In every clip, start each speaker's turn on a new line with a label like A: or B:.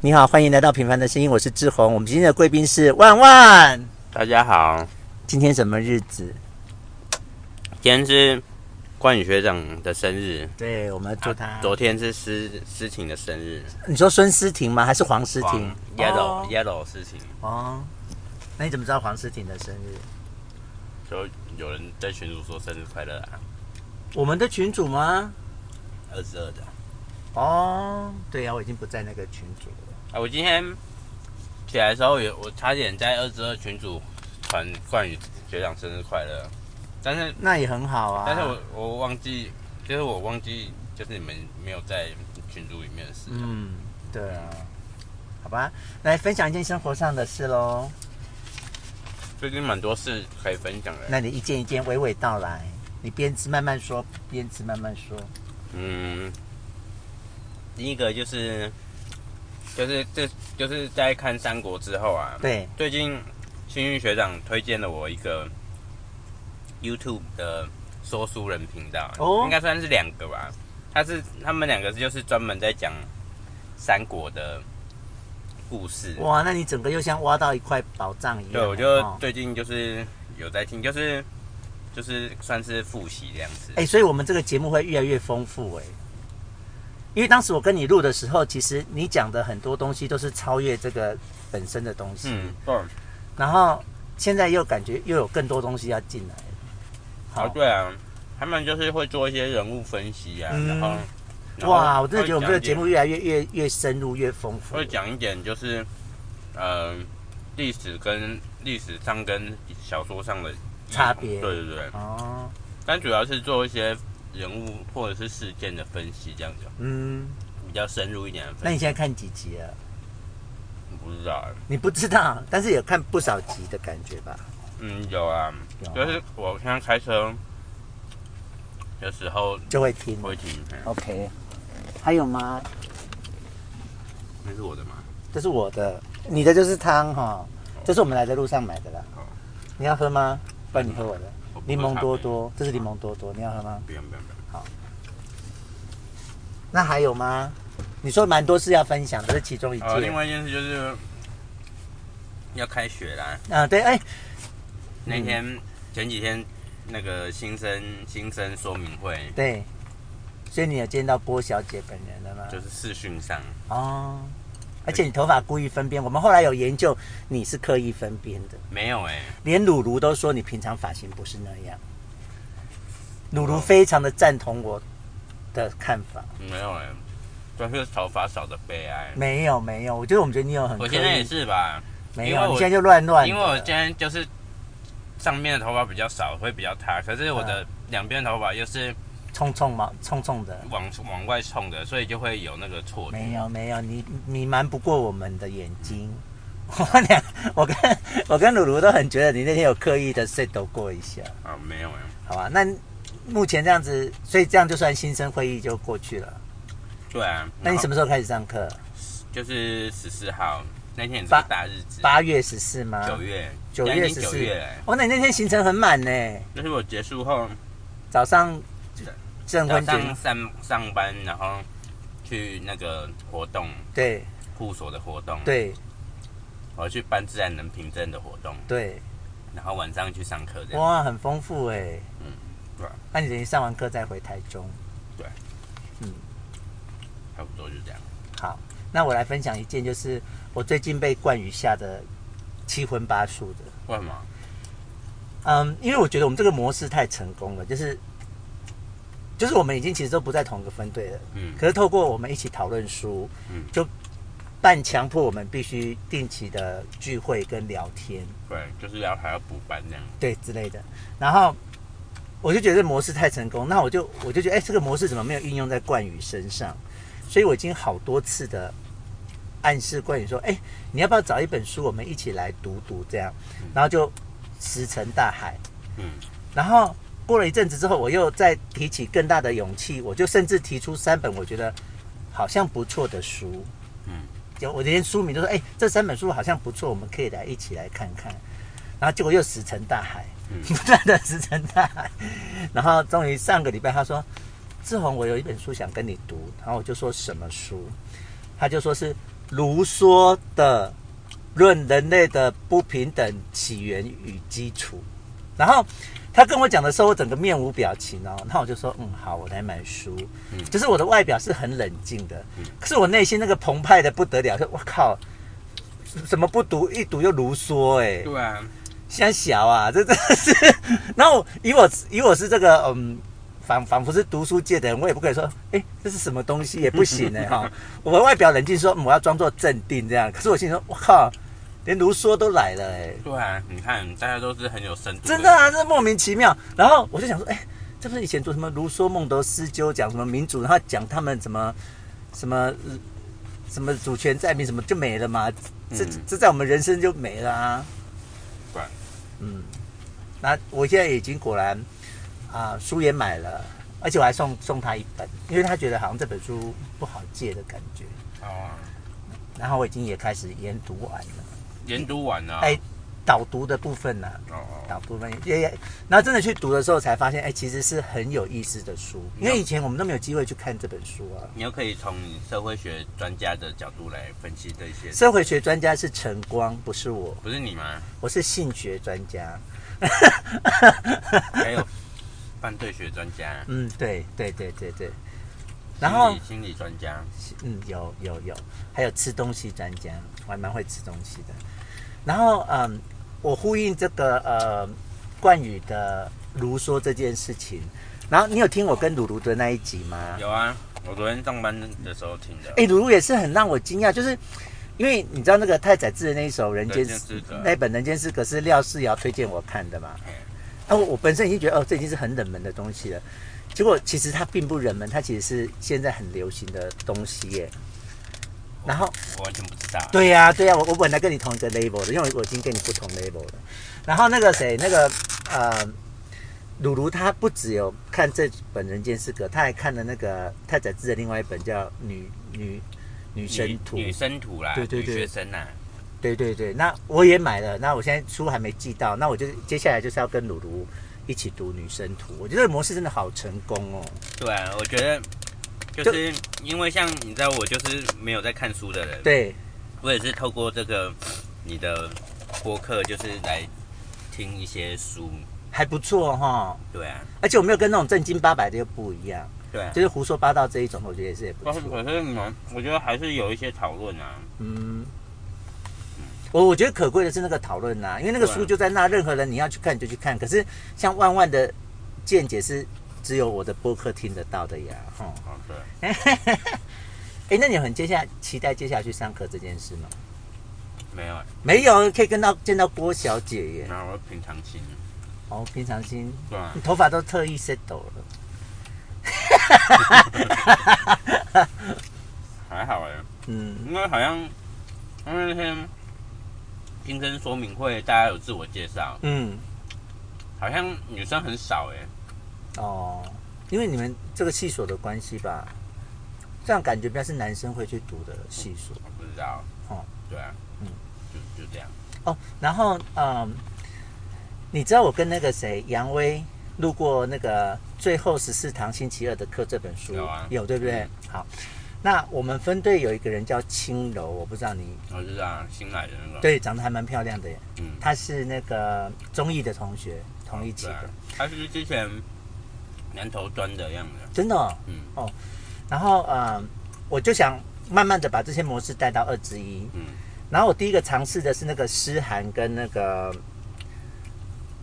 A: 你好，欢迎来到《平凡的声音》，我是志宏。我们今天的贵宾是万万。
B: 大家好，
A: 今天什么日子？
B: 今天是冠宇学长的生日，啊
A: 对，我们祝他。
B: 昨天是诗诗婷的生日，
A: 啊你说孙思婷吗？还是黄思
B: 黄
A: 婷？
B: yellow、
A: 哦
B: yellow 事情，
A: 哦，那你怎么知道黄思婷的生日？
B: 就有人在群主说生日快乐啊，
A: 我们的群主吗？
B: 二十二的啊
A: 哦，对呀、我已经不在那个群主了。
B: 啊。我今天起来的时候有，我差点在二十二群主传冠宇学长生日快乐，但是
A: 那也很好啊。
B: 但是我我忘记，就是我忘记，就是你们没有在群组里面的事。
A: 嗯，对啊。好吧，来分享一件生活上的事喽。
B: 最近蛮多事可以分享的。
A: 那你一件一件娓娓道来，你边吃慢慢说，边吃慢慢说。
B: 嗯，第一个就是，就是这就是在看《三国》之后啊，
A: 对，
B: 最近幸运学长推荐了我一个 YouTube 的说书人频道，
A: 哦
B: 应该算是两个吧。他是他们两个就是专门在讲三国的故事。
A: 哇，那你整个又像挖到一块宝藏一样。
B: 对，我
A: 哦
B: 就最近就是有在听，就是就是算是复习这样子。
A: 哎、所以我们这个节目会越来越丰富哎、因为当时我跟你录的时候，其实你讲的很多东西都是超越这个本身的东西，
B: 嗯，对，
A: 然后现在又感觉又有更多东西要进来了。
B: 哦，对啊，他们就是会做一些人物分析啊，
A: 嗯
B: 然后然后
A: 哇，我真的觉得我
B: 会
A: 们这
B: 讲一
A: 个节目
B: 点
A: 越来越越越深入越丰富了
B: 会。讲一点就是呃历史跟历史上跟小说上的异
A: 差
B: 同
A: 别
B: 对对对，
A: 哦，
B: 但主要是做一些人物或者是事件的分析，这样子
A: 嗯，
B: 比较深入一点的
A: 那
B: 分
A: 你
B: 析。
A: 现在看几集了？
B: 不知道，啊
A: 你不知道，但是有看不少集的感觉吧？
B: 嗯，有啊，
A: 有啊
B: 就是我现在开车的时候
A: 就会听。
B: 会听，嗯
A: OK，还有吗？
B: 那是我的吗？
A: 这是我的，你的就是汤哈、这是我们来的路上买的啦
B: 好。
A: 你要喝吗？不然你喝我的
B: 我不喝
A: 柠檬
B: 咖啡
A: 多多，这是柠檬多多，你要喝吗？
B: 不用不用不用，
A: 那还有吗？你说蛮多事要分享的，这是其中一件。
B: 呃，另外一件事就是要开学啦，
A: 啊，对，哎，
B: 那
A: 嗯
B: 天前几天那个新生新生说明会，
A: 对，所以你有见到波小姐本人了吗？
B: 就是视讯上，
A: 哦，而且你头发故意分边，我们后来有研究，你是刻意分边的，
B: 没有哎、
A: 连鲁鲁都说你平常发型不是那样。鲁
B: 哦
A: 鲁非常的赞同我的看法。
B: 没有哎、但是头发少的悲哀。
A: 没有没有，我觉得我们觉得你有很刻
B: 我
A: 意，
B: 现在也是吧，
A: 没
B: 因为
A: 有，
B: 我
A: 你现在就乱乱的，
B: 因为我现在就是上面的头发比较少，会比较塌，可是我的
A: 啊
B: 两边头发又是
A: 冲冲嘛，冲冲的，
B: 往往外冲的，所以就会有那个错觉。
A: 没有没有，你你瞒不过我们的眼睛。 我们俩，我跟我跟鲁鲁都很觉得你那天有刻意的 set 过一下，
B: 啊，没有哎、
A: 好吧？那目前这样子，所以这样就算新生会议就过去了。
B: 对啊，
A: 那你什
B: 么
A: 么时候开始上课？
B: 就是十四号那天也是
A: 八
B: 个大日子，
A: 八月十四吗？
B: 九月
A: 九
B: 现在
A: 月
B: 已
A: 十
B: 经
A: 四
B: 九月了、欸。。
A: 哦，那你那天行程很满呢，
B: 就是我结束后
A: 早上
B: 对
A: 证
B: 早
A: 婚
B: 上
A: 典，
B: 上上班，然后去那个活动，
A: 对
B: 护所的活动，，
A: 对
B: 我要去办自然人凭证的活动，
A: 对，
B: 然后晚上去上课这样。
A: 哇，很丰富哎。
B: 嗯，对啊
A: 那你等于上完课再回台中。
B: 差不多就这样。
A: 好，那我来分享一件，就是我最近被冠宇吓得七荤八素的。
B: 为什么？
A: 嗯，因为我觉得我们这个模式太成功了，就是就是我们已经其实都不在同一个分队了，
B: 嗯
A: 可是透过我们一起讨论书，
B: 嗯
A: 就半强迫我们必须定期的聚会跟聊天，
B: 对，就是要还要补班这样。
A: 对之类的。然后我就觉得这模式太成功，那我就我就觉得，哎，这个模式怎么没有应用在冠宇身上？所以我已经好多次的暗示冠宇说，哎，你要不要找一本书，我们一起来读读这样？然后就石沉大海。
B: 嗯，
A: 然后过了一阵子之后，我又再提起更大的勇气，我就甚至提出三本我觉得好像不错的书。
B: 嗯，
A: 就我连书名都说，哎，这三本书好像不错，我们可以来一起来看看。然后结果又石沉大海， 不断的石沉大海。然后终于上个礼拜他说：“志宏，我有一本书想跟你读。”然后我就说什么书？他就说是卢梭的《论人类的不平等起源与基础》，然后他跟我讲的时候，我整个面无表情哦。那我就说，嗯，好，我来买书。就是我的外表是很冷静的，可是我内心那个澎湃的不得了，说我靠，怎么不读一读就卢梭哎、
B: 对啊，
A: 像小啊，这真的是。然后以我以我是这个嗯，仿仿佛是读书界的人，我也不可以说，哎，这是什么东西也不行呢、哈。我的外表冷静说、嗯我要装作镇定这样，可是我心里说，我靠，连卢梭都来了哎、
B: 对啊，你看大家都是很有深度，
A: 真的，啊，这莫名其妙。然后我就想说，哎，这不是以前读什么卢梭、孟德斯鸠讲什么民主，然后讲他们怎么什么呃什么主权在民，什么就没了嘛？这、
B: 嗯
A: 这在我们人生就没了啊。
B: 对
A: 嗯，那我现在已经果然啊、书也买了，而且我还送送他一本，因为他觉得好像这本书不好借的感觉。
B: 好啊，
A: 然后我已经也开始研读完了，
B: 研读完了，
A: 哎导读的部分呢、
B: 哦哦，
A: 导部分也也，然后真的去读的时候才发现，哎，其实是很有意思的书，因为以前我们都没有机会去看这本书啊。
B: 你又可以从你社会学专家的角度来分析这些，
A: 社会学专家是晨光，不是我，
B: 不是你吗？
A: 我是性学专家。
B: 还有犯罪学专家，
A: 嗯，对对对对对。然后
B: 心理心理专家，
A: 嗯，有有有，还有吃东西专家，我还蛮会吃东西的。然后嗯，我呼应这个呃冠宇的卢梭这件事情。然后你有听我跟鲁鲁的那一集吗？
B: 有啊，我昨天上班的时候听的，
A: 哎，鲁鲁也是很让我惊讶，就是因为你知道那个太宰治的那一首《人间
B: 人间失格
A: 那本《人间失格》是廖世尧推荐我看的嘛
B: 嗯。
A: 啊，我我本身已经觉得哦，这已经是很冷门的东西了。结果其实它并不冷门，它其实是现在很流行的东西耶。然后
B: 我完全不知道，
A: 对呀、对呀、我我本来跟你同一个 label 的，因为我已经跟你不同 label 了。然后那个谁，那个呃，鲁鲁他不只有看这本《人间失格》，他还看了那个太宰治的另外一本叫《女女女
B: 女
A: 神图》。
B: 女生图啦，
A: 对对对
B: 女学生啊啦，
A: 对对对，那我也买了，那我现在书还没寄到，那我就接下来就是要跟鲁鲁一起读《女生图》，我觉得这个模式真的好成功哦。
B: 对啊，我觉得就是因为像你知道，我就是没有在看书的人，
A: 对，
B: 我也是透过这个你的播客，就是来听一些书，
A: 还不错哈、
B: 对啊，
A: 而且我没有跟那种正经八百的又不一样，
B: 对啊
A: 就。是胡说八道这一种，我觉得也是也不
B: 但是
A: 错。
B: 可是你们，我觉得还是有一些讨论啊，
A: 嗯，我我觉得可贵的是那个讨论呐、因为那个
B: 对啊
A: 书就在那，任何人你要去看你就去看。可是像万万的见解是只有我的播客听得到的呀，哈、
B: 哦对，
A: 哎，那你很接下来期待接下来去上课这件事吗？
B: 没有，
A: 没有，可以跟到见到郭小姐耶。
B: 然后我平常心，
A: 哦，平常心，
B: 对啊
A: 你，头发都特意 set 抖了。
B: 还好哎，
A: 嗯，
B: 因为好像因为那天听生说明会，大家有自我介绍，
A: 嗯，
B: 好像女生很少哎，
A: 哦，因为你们这个系所的关系吧，这样感觉比较是男生会去读的系所
B: 我不知道，
A: 哦，
B: 对啊，
A: 嗯
B: 嗯，就就这样，
A: 哦。然后，嗯，你知道我跟那个谁杨威录过那个《最后十四堂星期二的课》这本书，
B: 有啊
A: 对不对？好，那我们分队有一个人叫青柔，我不知道你
B: 我知道新来的那个，，
A: 对长得还蛮漂亮的耶，
B: 嗯，
A: 她是那个中艺的同学，同一期
B: 对啊
A: 的，，
B: 他是之前南头砖的样子，
A: 真的、哦。
B: 嗯
A: 哦，然后呃，我就想慢慢的把这些模式带到二之一。
B: 嗯，
A: 然后我第一个尝试的是那个诗涵跟那个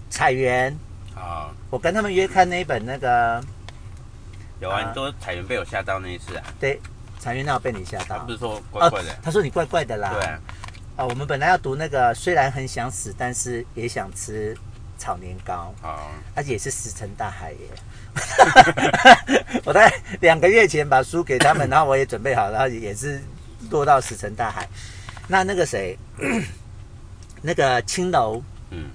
A: 彩媛，
B: 好。
A: 我跟他们约看那一本那个，
B: 有啊，
A: 啊
B: 你说彩云被我吓到那一次啊，
A: 对，彩媛那我被你吓
B: 他
A: 到
B: 不。是说怪怪
A: 哦
B: 的，，
A: 他说你怪怪的啦。
B: 对啊，
A: 啊，我们本来要读那个，虽然很想死，但是也想吃炒年糕。
B: 好，
A: 而且也是石沉大海耶。 我在两个月前把书给他们，然后我也准备好，然后也是落到石沉大海。那那个谁， 那个青楼，
B: 嗯，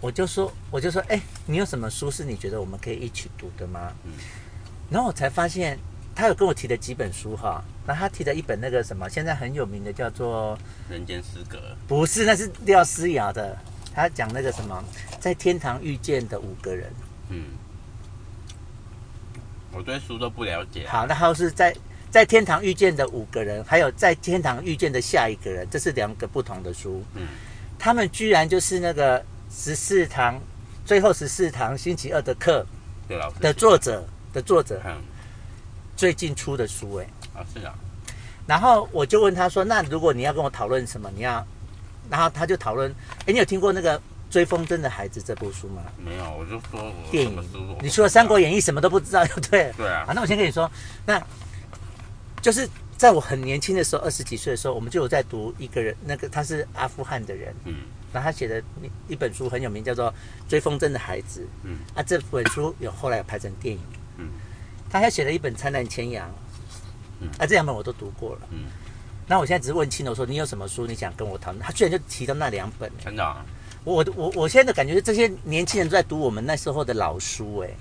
A: 我就说，我就说，哎、你有什么书是你觉得我们可以一起读的吗？
B: 嗯
A: 然后我才发现，他有跟我提了几本书哈，然后他提了一本那个什么，现在很有名的叫做
B: 人间失格，
A: 不是，那是廖思瑶的，他讲那个什么，在天堂遇见的五个人。
B: 嗯，我对书都不了解啊，
A: 好，那还有是在在天堂遇见的五个人，还有在天堂遇见的下一个人，这是两个不同的书。
B: 嗯，
A: 他们居然就是那个十四堂最后十四堂星期二的课
B: 对老师
A: 的作者的作者
B: 嗯，
A: 最近出的书、哎，
B: 啊是啊，
A: 然后我就问他说：“那如果你要跟我讨论什么，你要……”然后他就讨论：“哎，你有听过那个《追风筝的孩子》这部书吗？
B: 没有，我就说我
A: 电
B: 哦什么书
A: 影
B: 我，
A: 你除了《三国演义》什么都不知道，就对了。
B: 对啊
A: 啊，，那我先跟你说，那就是在我很年轻的时候，二十几岁的时候，我们就有在读一个人，那个他是阿富汗的人，
B: 嗯，
A: 然后他写的一本书很有名，叫做《追风筝的孩子》。
B: 嗯，
A: 啊，这本书有后来有拍成电影。
B: 嗯，
A: 他还写了一本《灿烂千阳》。
B: 嗯
A: 啊，这两本我都读过了。
B: 嗯，
A: 那我现在只是问青楼说，你有什么书你想跟我讨论？他居然就提到那两本、欸
B: 真的啊，
A: 我我我我现在的感觉是，这些年轻人都在读我们那时候的老书、欸，哎，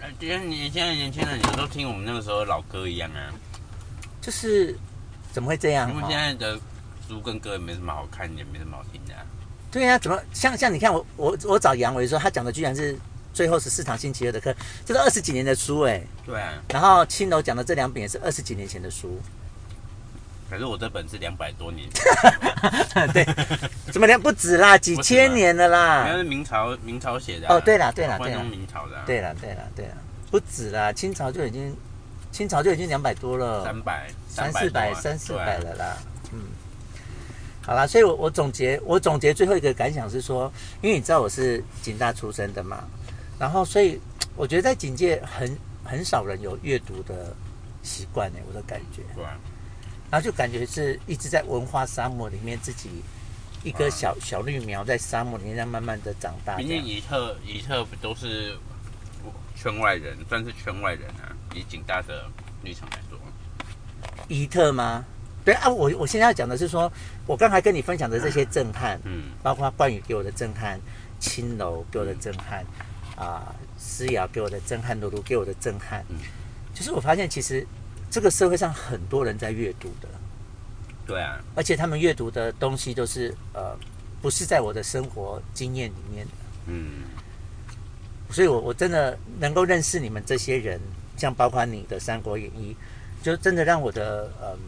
B: 那今天呃你现在年轻人，你都听我们那个时候的老歌一样啊，
A: 就是怎么会这样哦
B: 因为
A: 哈？
B: 现在的书跟歌也没什么好看，也没什么好听的、啊，
A: 对呀、怎么像像你看我我我找杨维说，他讲的居然是最后十四堂星期二的课，这是二十几年的书哎、
B: 对啊，
A: 然后青楼讲的这两本也是二十几年前的书，
B: 可是我这本是两百多年前，
A: 对，怎么连不止啦，几千年了
B: 那、
A: 啦。
B: 是明朝明朝写的、啊
A: 哦对啦对啦
B: 关
A: 对啦
B: 中明朝的、啊，
A: 对啦对啦对啦，不止啦，清朝就已经清朝就已经两百多了，
B: 三百
A: 三
B: 百
A: 四
B: 多啊
A: 百三四
B: 对啊
A: 百了啦。嗯，好啦，所以我我总结我总结最后一个感想是说，因为你知道我是警大出身的嘛，然后所以我觉得在警界很很少人有阅读的习惯欸呢，我的感觉。
B: 对啊，
A: 然后就感觉是一直在文化沙漠里面自己一棵
B: 啊
A: 小、小绿苗在沙漠里面这样慢慢的长大这
B: 毕
A: 样。
B: 竟以特以特不都是圈外人，算是圈外人啊，以警大的立场来说，
A: 伊特吗？对啊，我我现在要讲的是说，我刚才跟你分享的这些震撼，
B: 嗯，
A: 包括冠宇给我的震撼，青楼给我的震撼，啊、思瑶给我的震撼，罗卢给我的震撼，
B: 嗯
A: 就是我发现其实这个社会上很多人在阅读的，
B: 对啊，
A: 而且他们阅读的东西都是呃，不是在我的生活经验里面
B: 嗯，
A: 所以我我真的能够认识你们这些人，像包括你的《三国演义》，就真的让我的嗯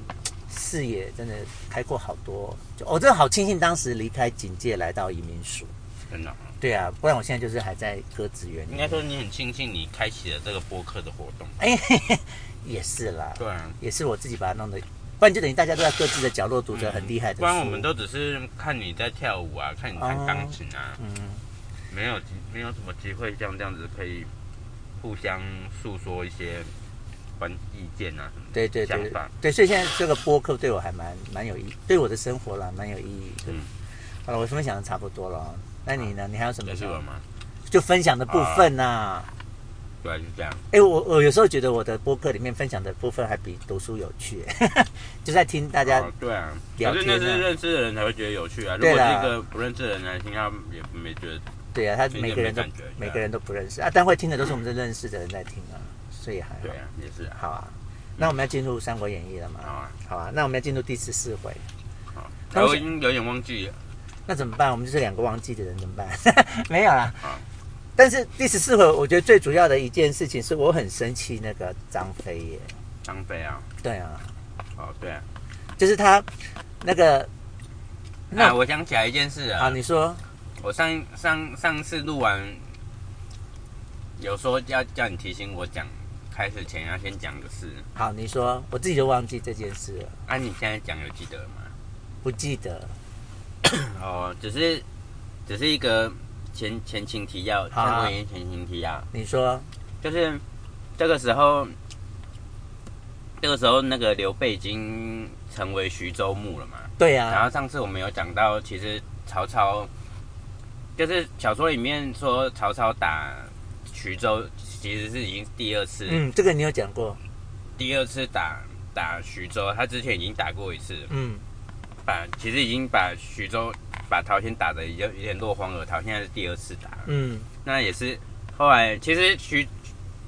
A: 视野真的开阔好多。就我真的好庆幸当时离开警界来到移民署，
B: 真的啊、
A: 对啊，不然我现在就是还在鸽子园里
B: 应
A: 面。
B: 该说你很庆幸你开启了这个播客的活动，
A: 哎， 嘿嘿也是啦，
B: 对啊，
A: 也是我自己把它弄的，不然就等于大家都在各自的角落读着很厉害的书。
B: 嗯
A: 哦
B: 不然我们都只是看你在跳舞啊，看你弹钢琴啊，
A: 嗯，
B: 没有机没有什么机会像这样子可以互相诉说一些关意见啊什么的
A: 对对对
B: 想法，
A: 对，所以现在这个播客对我还蛮蛮有意，对我的生活啦蛮有意义的。
B: 嗯
A: 好了，我分享的差不多了哦，那你呢？你还有什么
B: 这是
A: 想
B: 我吗？
A: 就分享的部分呐、
B: 对啊，就这样，
A: 哎、我我有时候觉得我的播客里面分享的部分还比读书有趣， 就在听大家
B: 哦、对啊，
A: 聊
B: 可
A: 天啊
B: 是那是认识的人才会觉得有趣啊。如
A: 对
B: 果是
A: 啦
B: 一个不认识的人来听，他也没觉得。
A: 对啊，他
B: 听
A: 每
B: 着
A: 个
B: 没
A: 人都
B: 感觉对啊
A: 每个人都不认识啊，但会听的都是我们这认识的人在听啊，所以还好
B: 对啊，也是啊。
A: 好啊。那我们要进入《三国演义》了嘛？
B: 好啊，
A: 好啊，那我们要进入第十四回，
B: 好。
A: 但
B: 然
A: 我
B: 后
A: 想
B: 已经有点忘记，
A: 那怎么办？我们就是两个忘记的人怎么办？ 没有啦
B: 好。
A: 但是第十四回，我觉得最主要的一件事情是我很生气那个张飞耶。
B: 张飞啊，
A: 对啊，
B: 哦对啊。
A: 就是他那个那
B: 啊，我想起来一件事
A: 啊，
B: 啊，
A: 你说
B: 我上上上次录完，有说要叫你提醒我讲，开始前要先讲个事。
A: 好，你说，我自己就忘记这件事了，
B: 啊，你现在讲有记得吗？
A: 不记得。
B: 哦，只是只是一个前前情提要，
A: 好啊
B: 三国演义前情提要。
A: 你说，
B: 就是这个时候，这个时候那个刘备已经成为徐州牧了嘛。
A: 对
B: 然
A: 啊，
B: 后上次我们有讲到，其实曹操就是小说里面说曹操打徐州，其实是已经第二次，
A: 嗯，这个你有讲过，
B: 第二次打打徐州，他之前已经打过一次，
A: 嗯，
B: 把其实已经把徐州把陶先打的有有点落荒而逃，现在是第二次打。
A: 嗯，
B: 那也是后来，其实徐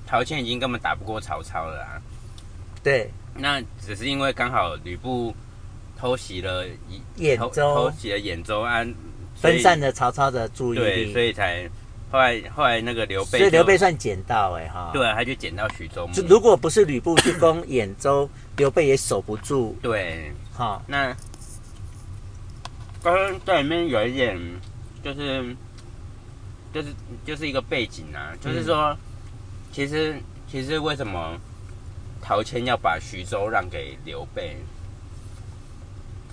B: 陶谦已经根本打不过曹操了啊。
A: 对，
B: 那只是因为刚好吕布偷袭了一
A: 兖
B: 偷
A: 州
B: 偷袭了兖州安，所以
A: 分散了曹操的注意
B: 对，所
A: 力，
B: 以才后来后来那个刘备
A: 所
B: 就，
A: 以刘备算捡到哎、哈。
B: 对，啊嗯他就捡到徐州
A: 就
B: 牧。
A: 如果不是吕布去攻兖州，刘备也守不住
B: 对，
A: 哈。
B: 那刚刚在里面有一点，就是就是就是一个背景啊，
A: 嗯
B: 就是说，其实其实为什么陶谦要把徐州让给刘备？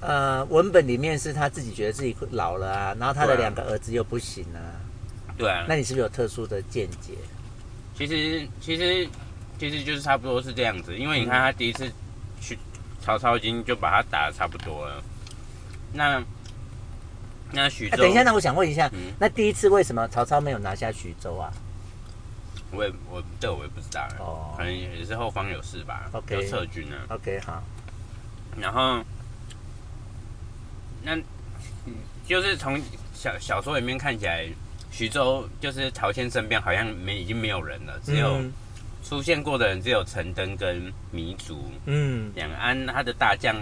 A: 呃，文本里面是他自己觉得自己老了啊，然后他的
B: 对啊
A: 两个儿子又不行啊。
B: 对啊，
A: 那你是不是有特殊的见解？
B: 其实其实其实就是差不多是这样子，因为你看
A: 嗯
B: 他第一次去曹操已经就把他打的差不多了，那那徐
A: 啊、
B: 州，
A: 等一下，那我想问一下，
B: 嗯
A: 那第一次为什么曹操没有拿下徐州啊？
B: 我也我这我也不知道了，
A: 哦
B: 可能也是后方有事吧
A: OK
B: 有撤军了。
A: ，OK，好，
B: 然后，那就是从小小说里面看起来，徐州就是陶谦身边好像没已经没有人了，只有、
A: 嗯
B: 出现过的人只有陈登跟糜竺
A: 嗯，
B: 两安，他的大将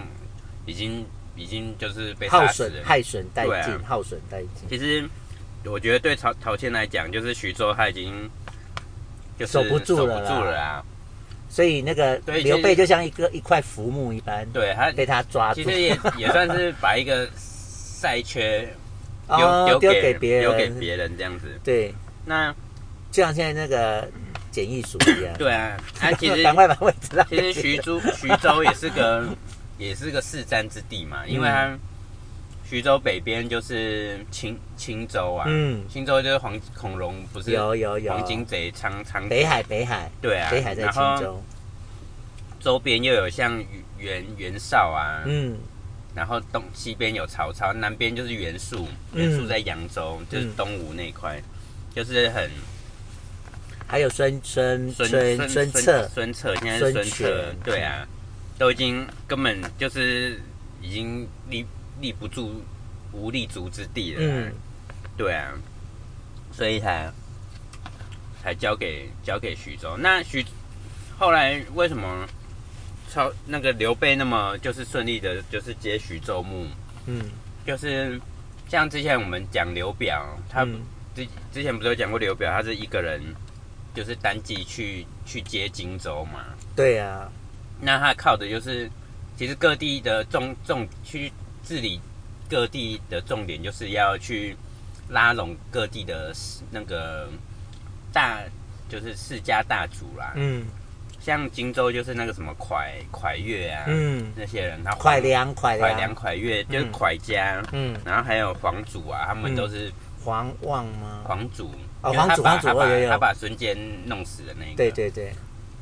B: 已经已经就是被
A: 耗
B: 杀死
A: 损
B: 了。
A: 害损殆
B: 对啊
A: 尽，耗损殆尽，
B: 其实我觉得对陶陶谦来讲，就是徐州他已经就是
A: 守不住了
B: 守
A: 啦
B: 不住了啊。
A: 所以那个
B: 对
A: 刘
B: 其
A: 备
B: 实
A: 就像一个一块浮木一般，
B: 对他
A: 被他抓住
B: 其，实也也算是把一个赛缺
A: 哦
B: 丢
A: 丢
B: 给
A: 给别人，
B: 丢给别人这样子。
A: 对，
B: 那
A: 就像现在那个简易鼠一样，
B: 对啊， 那、其实
A: 赶快把位置让
B: 其实
A: 给
B: 徐州徐州也是个也是个市占之地
A: 嗯
B: 嘛，因为它徐州北边就是青青州啊，
A: 嗯，
B: 青州就是黄孔融不是
A: 有有有，
B: 黄金贼仓仓
A: 北海北海
B: 对啊，
A: 北海在
B: 然
A: 青
B: 后
A: 州，
B: 周边又有像袁袁绍啊，
A: 嗯
B: 然后东西边有曹操，南边就是袁术，
A: 嗯
B: 袁术在扬州，就是东吴那一块，就是很
A: 还有孙孙
B: 孙
A: 孙孙策，
B: 孙策现在是孙
A: 孙
B: 策
A: 权，
B: 对啊，都已经根本就是已经立立不住，无立足之地了，啊
A: 嗯，
B: 对啊，所以才才交给交给徐州。那徐后来为什么超那个刘备那么就是顺利的，就是接徐州牧？
A: 嗯
B: 就是像之前我们讲刘表，他
A: 嗯
B: 之、之前不是有讲过刘表，他是一个人就是单骑去去接荆州嘛。
A: 对啊，
B: 那他靠的就是，其实各地的重重去治理各地的重点，就是要去拉拢各地的那个大，就是世家大族啦。
A: 嗯
B: 像荆州就是那个什么蒯蒯越啊，
A: 嗯，
B: 那些人，他
A: 快粮快
B: 蒯
A: 粮
B: 良、，蒯越就是
A: 嗯
B: 蒯家。
A: 嗯，
B: 然后还有皇祖啊，他们都是
A: 黄望吗？
B: 皇祖，
A: 嗯哦
B: 就是他
A: 皇祖
B: 把
A: 皇祖
B: 他把
A: 哦有有
B: 他把孙坚弄死的那一个，
A: 对，对对，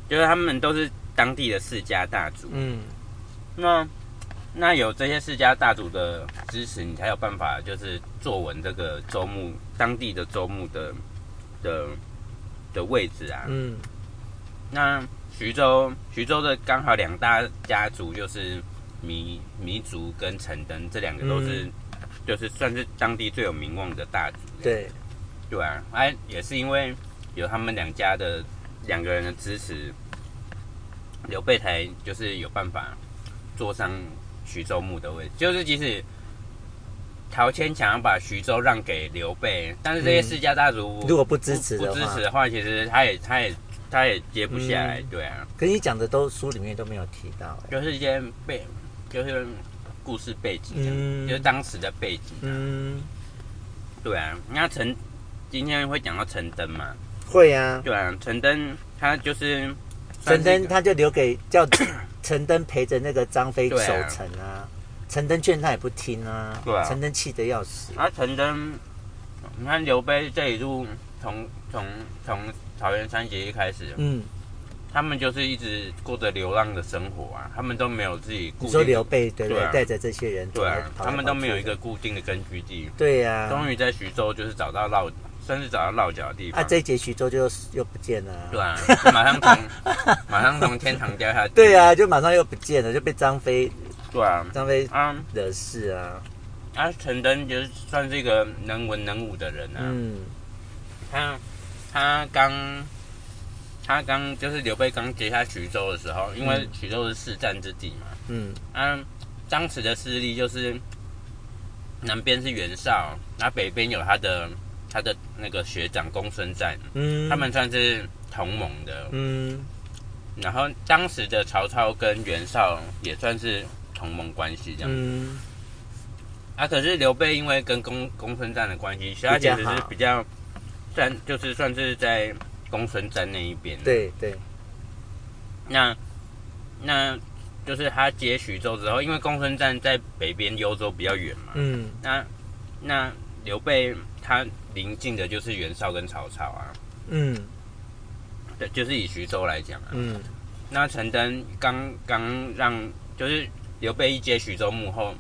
B: 就是他们都是当地的世家大族。
A: 嗯
B: 那那有这些世家大族的支持，你才有办法就是坐稳这个州牧当地的州牧的的的位置啊。
A: 嗯
B: 那徐州徐州的刚好两大家族就是糜糜族跟陈登这两个都
A: 嗯
B: 是、就是算是当地最有名望的大族。
A: 对，
B: 对啊，哎、也是因为有他们两家的两个人的支持，刘备才就是有办法坐上徐州牧的位置。就是即使陶谦想要把徐州让给刘备，但是这些世家大族
A: 嗯如果不支持
B: 不
A: 的
B: 不支
A: 话
B: 持，的话，其实他也他也他也接不下来。
A: 嗯
B: 对啊，
A: 可你讲的都书里面都没有提到，哎
B: 就是一些背，就是故事背景这样，
A: 嗯
B: 就是当时的背景。
A: 嗯，
B: 对啊，那陈今天会讲到陈登嘛？
A: 会啊，
B: 对啊，陈登他就是
A: 陈
B: 算是一
A: 登
B: 个
A: 他就留给叫 陈登陪着那个张飞守
B: 对啊
A: 城啊，陈登劝他也不听啊
B: 对啊，
A: 陈登气得要死，
B: 啊，陈登，你看刘备这一路从从从桃园三结义开始，
A: 嗯，
B: 他们就是一直过着流浪的生活啊，他们都没有自己固
A: 你
B: 定
A: 说
B: 的
A: 刘呃备对不
B: 对
A: 对
B: 啊？
A: 带着这些人
B: 对
A: 跑
B: 啊，
A: 来跑去的
B: 他们都没有一个固定的根据地，
A: 对啊呀，
B: 终于在徐州就是找到落，算是找到落脚的地
A: 啊，
B: 方。
A: 这一节徐州就又不见了啊。
B: 对啊，就马上从 马上从天堂掉下去。
A: 对，啊，就马上又不见了，就被张飞
B: 对啊，
A: 张飞
B: 啊
A: 惹事啊。
B: 啊，陈登就是算是一个能文能武的人啊。
A: 嗯
B: 他他刚他刚就是刘备刚接下徐州的时候，因为
A: 嗯
B: 徐州是市占之地嘛，
A: 嗯
B: 啊，当时的势力就是南边是袁绍，那北边有他的他的那个学长公孙瓒，
A: 嗯，
B: 他们算是同盟的。
A: 嗯
B: 然后当时的曹操跟袁绍也算是同盟关系这样。
A: 嗯
B: 啊，可是刘备因为跟公公孙瓒的关系，所以他
A: 比
B: 其
A: 较
B: 实是
A: 好
B: 比较算就是算是在公孙瓒那一边。，
A: 对对，
B: 那那就是他接徐州之后，因为公孙瓒在北边幽州比较远嘛，
A: 嗯
B: 那那刘备他临近的就是袁绍跟曹操啊，
A: 嗯
B: 对，就是以徐州来讲啊，
A: 嗯
B: 那陈登刚刚让就是刘备一接徐州幕后，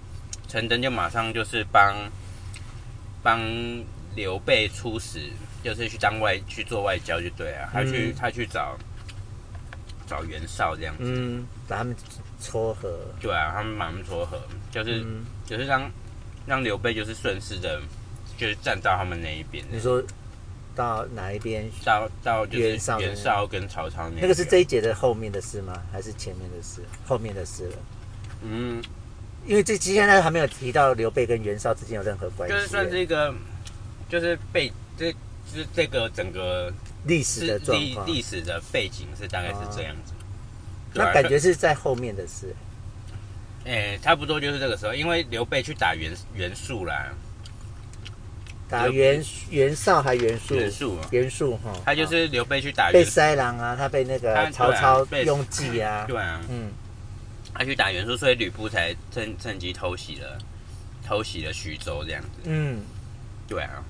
B: 陈登就马上就是帮帮刘备出使，就是去当外去做外交就对啊，他去、
A: 嗯
B: 他去找找袁绍这样，
A: 嗯，把他们撮合，
B: 对啊，他们马上撮合，就是、
A: 嗯，
B: 就是让让刘备就是顺势的，就是站到他们那一边，
A: 你说到哪一边？
B: 到到就是
A: 袁绍的
B: 袁绍跟曹操那
A: 那个是
B: 边
A: 这一节的后面的事吗？还是前面的事？后面的事了，
B: 嗯，
A: 因为这现在还没有提到刘备跟袁绍之间有任何关系，
B: 就是算是一个就是被这就是这个整个
A: 历史
B: 是
A: 的状
B: 历
A: 况。哦
B: 历史的背景是大概是这样子。对啊
A: 那感觉是在后面的事，
B: 诶、差不多就是这个时候，因为刘备去打袁袁术啦，
A: 打袁袁绍还袁术，
B: 袁术啊
A: 袁术哈，
B: 他就是刘备去打
A: 啊被
B: 袁术，
A: 塞狼啊，他被那
B: 他
A: 个
B: 对啊
A: 曹操
B: 被
A: 用计啊，
B: 对啊，
A: 嗯
B: 他去打袁术，所以吕布才趁趁机偷袭了偷袭了徐州这样子。
A: 嗯，
B: 对啊，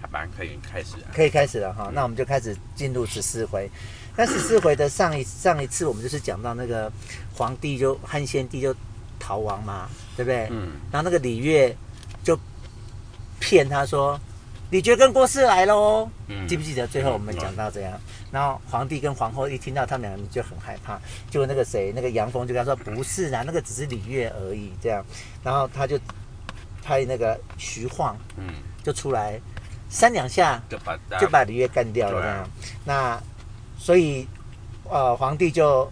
B: 好吧，可以开始啊。
A: 可以开始了哈。那我们就开始进入十四回。那十四回的上一 上一次我们就是讲到那个皇帝就汉献帝就逃亡嘛，对不对？
B: 嗯，
A: 然后那个李月就骗他说李傕跟郭汜来喽，
B: 嗯
A: 记不记得最后我们讲到这样？然后皇帝跟皇后一听到他们两个就很害怕，结果那个谁，那个杨峰就跟他说不是啦，那个只是李月而已这样。然后他就派那个徐晃
B: 嗯，
A: 就出来，三两下
B: 就把大
A: 就把李月干掉了
B: 对
A: 这
B: 啊
A: 样。那所以呃，皇帝就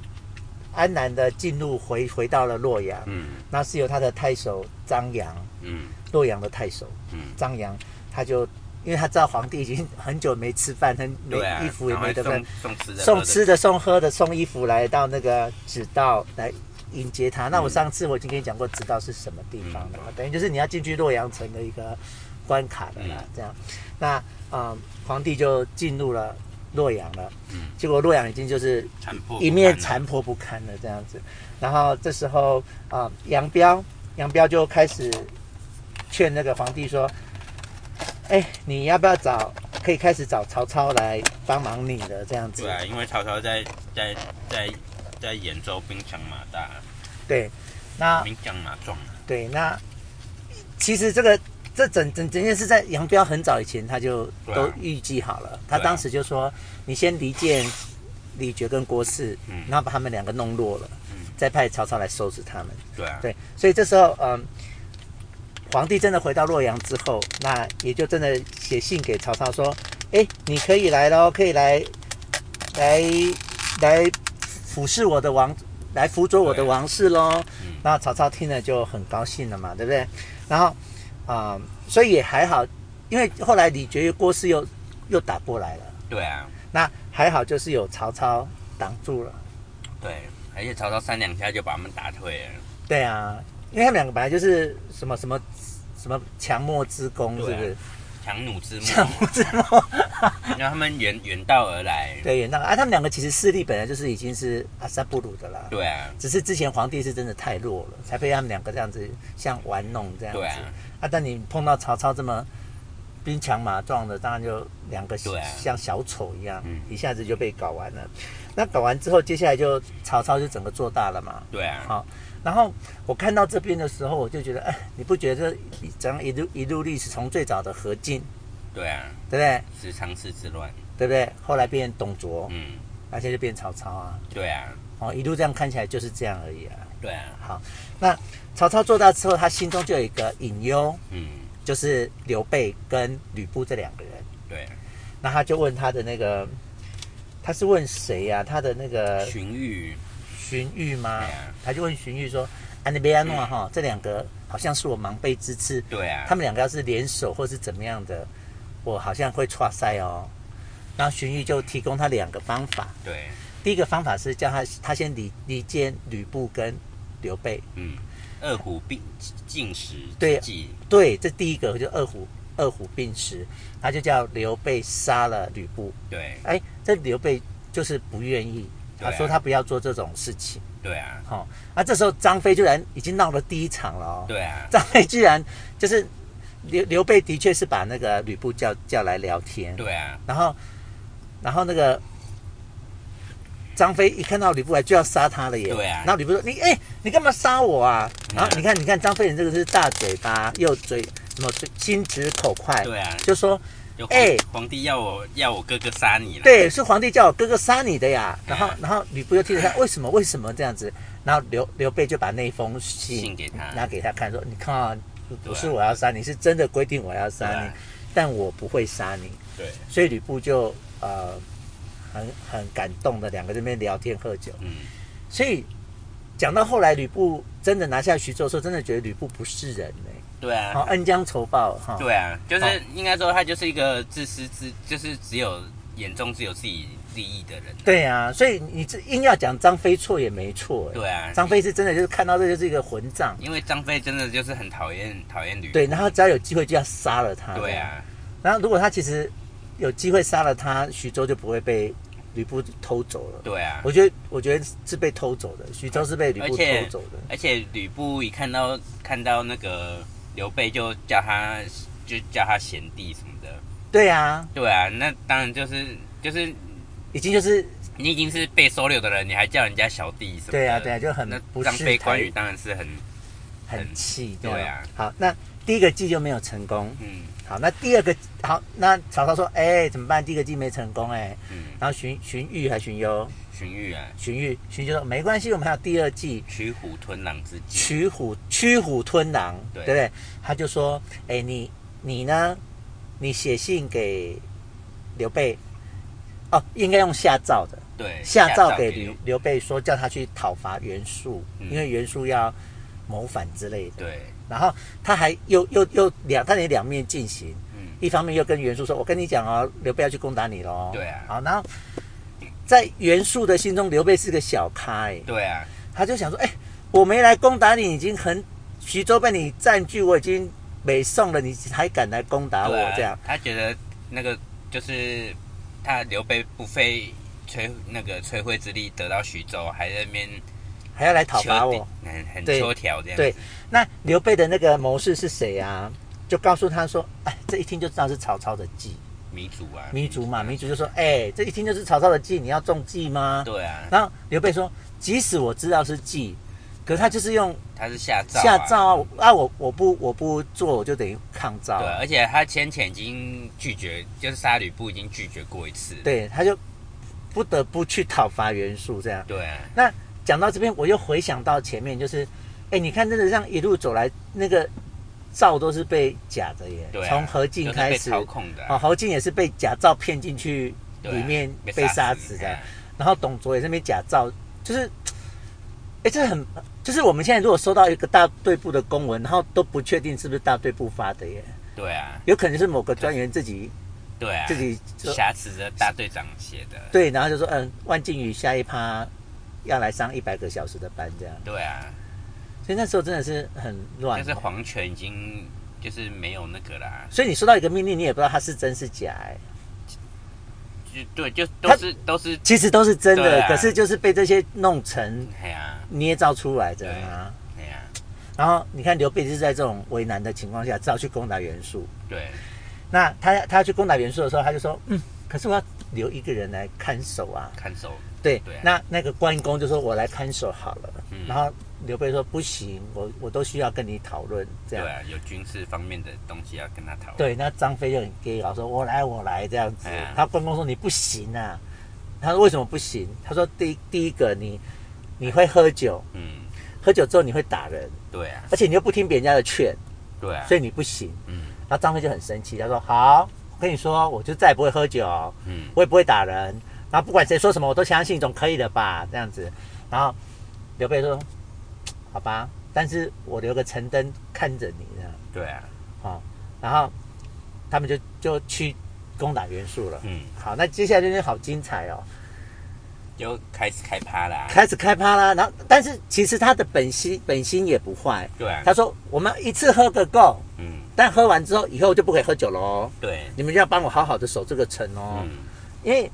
A: 安然的进入回回到了洛阳，
B: 嗯
A: 那是由他的太守张扬，
B: 嗯
A: 洛阳的太守
B: 嗯，
A: 张扬，他就因为他知道皇帝已经很久没吃饭，很没
B: 对啊，
A: 衣服也
B: 赶快
A: 没得
B: 送
A: 分，
B: 送吃的，
A: 送吃的、送喝的、送衣服来到那个指道来迎接他。那我
B: 嗯
A: 上次我已经跟你讲过指道是什么地方了，
B: 嗯
A: 等于就是你要进去洛阳城的一个关卡了啦。
B: 嗯
A: 这样，那啊、呃皇帝就进入了洛阳了，
B: 嗯
A: 结果洛阳已经就是
B: 残破不
A: 一面
B: 堪啊
A: 残破不堪的这样子。然后这时候啊、杨彪，杨彪就开始劝那个皇帝说：“哎，你要不要找？可以开始找曹操来帮忙你了，这样子。
B: 对啊，因为曹操在在在在兖州兵强马大，
A: 对那
B: 兵强马壮啊。
A: 对，那其实这个这整整整件事在杨彪很早以前他就
B: 对啊
A: 都预计好了，他
B: 对啊
A: 当时就说：你先离间李傕跟郭汜，
B: 嗯
A: 然后把他们两个弄弱了，
B: 嗯
A: 再派曹操来收拾他们。”
B: 对啊，
A: 对，所以这时候，嗯，皇帝真的回到洛阳之后，那也就真的写信给曹操说：“哎，你可以来喽，可以来，来，来俯视我的王，来辅佐我的王室喽。
B: 嗯
A: 那曹操听了就很高兴了嘛，对不对？然后啊、所以也还好，因为后来李傕、郭汜又又打过来了，
B: 对啊，
A: 那还好就是有曹操挡住了。
B: 对，啊而且曹操三两下就把他们打退了。
A: 对啊，因为他们两个本来就是什么什么什么强弩之功，是
B: 对啊
A: 不是？
B: 强弩之
A: 强
B: 末，
A: 弩之 谋。
B: 然后他们远远道而来。
A: 对，那个啊，他们两个其实势力本来就是已经是阿萨布鲁的啦，
B: 对啊，
A: 只是之前皇帝是真的太弱了，才被他们两个这样子像玩弄这样子。
B: 对啊
A: 但你碰到曹操这么兵强马壮的，当然就两个
B: 对啊
A: 像小丑一样，
B: 嗯
A: 一下子就被搞完了。那搞完之后，接下来就曹操就整个做大了嘛。
B: 对啊，
A: 好，然后我看到这边的时候，我就觉得，哎，你不觉得这一整一路一路历史从最早的何进，
B: 对啊，
A: 对不对？
B: 是长室之乱。
A: 对不对？后来变董卓，
B: 嗯，
A: 那现在就变曹操啊，
B: 对啊，
A: 哦，一路这样看起来就是这样而已啊。
B: 对啊，
A: 那曹操做到之后，他心中就有一个隐忧，
B: 嗯，
A: 就是刘备跟吕布这两个人。
B: 对啊。
A: 那他就问他的那个，他是问谁呀、他的那个
B: 荀彧，
A: 荀彧吗
B: 对？啊，
A: 他就问荀彧说：“安那边安诺哈，这两个好像是我盲辈之词，
B: 对啊
A: 他，们两个要是联手或是怎么样的，我好像会错塞哦。然后荀彧就提供他两个方法，
B: 对，
A: 第一个方法是叫他他先离离间吕布跟刘备，
B: 嗯，二虎并进食
A: 对啊
B: 之计，
A: 对，这第一个就二虎二虎并食，他就叫刘备杀了吕布。
B: 对
A: 哎，这刘备就是不愿意，
B: 对啊
A: 他说他不要做这种事情。
B: 对啊，
A: 好、啊，这时候张飞居然已经闹了第一场了哦。
B: 对啊，
A: 张飞居然就是刘刘备的确是把那个吕布叫叫来聊天，
B: 对啊，
A: 然后然后那个张飞一看到吕布来就要杀他了耶，
B: 对啊
A: 然后吕布说你哎、你干嘛杀我啊？然后你看你看张飞人这个是大嘴巴又嘴什么嘴心直口快，
B: 对啊，
A: 就说
B: 就皇、
A: 哎
B: 皇帝要我要我哥哥杀你了，
A: 对，是皇帝叫我哥哥杀你的呀。然后
B: 嗯
A: 然后吕布又听着他为什么为什么这样子，然后刘刘备就把那封信
B: 信给他，
A: 拿给他看说你看啊。不
B: 对啊
A: 是我要杀你，是真的规定我要杀
B: 对
A: 你
B: 啊。
A: 但我不会杀你。
B: 对，
A: 所以吕布就呃很很感动的两个这边聊天喝酒。
B: 嗯，
A: 所以讲到后来，吕布真的拿下徐州的时候，真的觉得吕布不是人呢、
B: 对啊，
A: 好、恩将仇报哈。
B: 对啊，就
A: 好
B: 是应该说他就是一个自私自，就是只有眼中只有自己利益的人。
A: 对啊，所以你这硬要讲张飞错也没错、哎
B: 对啊，
A: 张飞是真的就是看到这就是一个混账，
B: 因为张飞真的就是很讨厌讨厌吕
A: 对，
B: 布
A: 然后只要有机会就要杀了他。
B: 对，啊，
A: 然后如果他其实有机会杀了他，徐州就不会被吕布偷走了。
B: 对啊，
A: 我觉得，我觉得是被偷走的，徐州是被吕布
B: 而
A: 偷
B: 且
A: 走的。
B: 而且吕布一看到看到那个刘备就叫他就叫他贤弟什么的，
A: 对啊，
B: 对啊，那当然就是就是
A: 已经就是
B: 你已经是被收留的人，你还叫人家小弟什么的？
A: 对啊，对啊，就很
B: 那
A: 不
B: 张
A: 是
B: 飞
A: 台
B: 关羽当然是很
A: 很
B: 很
A: 气，
B: 对
A: 啊
B: 啊。
A: 好，那第一个计就没有成功。
B: 嗯
A: 好，那第二个好，那曹操说：“哎，怎么办？第一个计没成功哎。
B: 嗯”，
A: 然后荀荀彧还荀攸，
B: 荀彧啊，
A: 荀彧荀就说：“没关系，我们还有第二计，
B: 取虎吞狼之计。
A: 取虎驱虎吞狼，对
B: 对
A: 不对？”他就说：“哎，你你呢？你写信给刘备，哦，应该用下诏的，
B: 对，
A: 下诏给
B: 刘
A: 刘刘备说叫他去讨伐袁术，
B: 嗯
A: 因为袁术要谋反之类的。
B: 对，
A: 然后他还又又又两，他得两面进行，
B: 嗯，
A: 一方面又跟袁术说：“我跟你讲哦，刘备要去攻打你喽。”
B: 对啊
A: 好，然后在袁术的心中，刘备是个小咖哎，
B: 对啊，
A: 他就想说：“哎，我没来攻打你，已经很徐州被你占据，我已经北宋了，你还敢来攻打我
B: 对啊
A: 这样？
B: 他觉得那个就是他刘备不费吹那个吹灰之力得到徐州，还在那边
A: 还要来讨伐
B: 丘
A: 我
B: 比？”很很
A: 对
B: 秋条这样子。
A: 对，那刘备的那个谋士是谁啊？就告诉他说：“哎，这一听就知道是曹操的计。
B: 糜竺啊，”
A: 糜竺嘛，糜竺就说：“哎，这一听就是曹操的计，你要中计吗？”
B: 对啊，
A: 然后刘备说：“即使我知道是计，可是他就是用
B: 他是下诏、啊，
A: 下诏啊，我啊我我不我不做，我就等于抗诏
B: 对，
A: 啊。
B: 而且他先前已经拒绝，就是杀吕布已经拒绝过一次。
A: 对，他就不得不去讨伐袁术。这样
B: 对啊，
A: 讲到这边，我又回想到前面，就是，哎，你看，真的这样一路走来，那个诏都是被假的耶。
B: 对啊
A: 从何
B: 就
A: 进
B: 是
A: 开
B: 被
A: 始，
B: 操控的啊、
A: 哦，侯进也是被假诏骗进去
B: 对啊
A: 里面被
B: 被
A: 杀死
B: 死
A: 的，
B: 哎
A: 然后董卓也是被假诏，就是，哎，这很，就是我们现在如果收到一个大队部的公文，然后都不确定是不是大队部发的耶，
B: 对啊，
A: 有可能是某个专员自己
B: 对啊，
A: 自己就
B: 挟持着大队长写的。
A: 对，然后就说，嗯，万靖宇下一趴要来上一百个小时的班这样，
B: 对啊，
A: 所以那时候真的是很乱
B: 就。是皇权已经就是没有那个啦，
A: 所以你收到一个命令，你也不知道它是真是假，哎，
B: 就对，就
A: 他
B: 都是都是
A: 其实都是真的
B: 对，啊
A: 可是就是被这些弄成
B: 哎呀
A: 捏造出来的啊。
B: 哎呀，
A: 然后你看刘备就是在这种为难的情况下，只好去攻打袁术。
B: 对
A: 那他他要去攻打袁术的时候，他就说，嗯，可是我要留一个人来看守啊。
B: 看守
A: 对，
B: 对啊
A: 那那个关公就说我来看守好了。
B: 嗯
A: 然后刘备说不行，我我都需要跟你讨论这
B: 对
A: 样。
B: 啊，有军事方面的东西要跟他讨论。
A: 对，那张飞就很 gay 啊，说我来我来这样子
B: 哎呀。
A: 他关公说你不行啊，他说为什么不行？他说第一第一个你你会喝酒，
B: 嗯，
A: 喝酒之后你会打人，
B: 对啊，
A: 而且你又不听别人家的劝，
B: 对啊，
A: 所以你不行。
B: 嗯
A: 然后张飞就很生气，他说：“好，我跟你说，我就再也不会喝酒，
B: 嗯，
A: 我也不会打人，然后不管谁说什么，我都相信，总可以的吧？这样子。”然后刘备说嘖：“好吧，但是我留个城灯看着你呢。
B: 对啊，”
A: 然后他们就就去攻打袁术了。
B: 嗯，
A: 好，那接下来这边好精彩哦，
B: 就开始开趴啦。
A: 开始开趴啦。然后，但是其实他的本心本心也不坏，
B: 对啊，
A: 他说我们一次喝个够，
B: 嗯，
A: 但喝完之后以后就不可以喝酒了哦，
B: 对，
A: 你们就要帮我好好的守这个城哦，
B: 嗯，
A: 因为。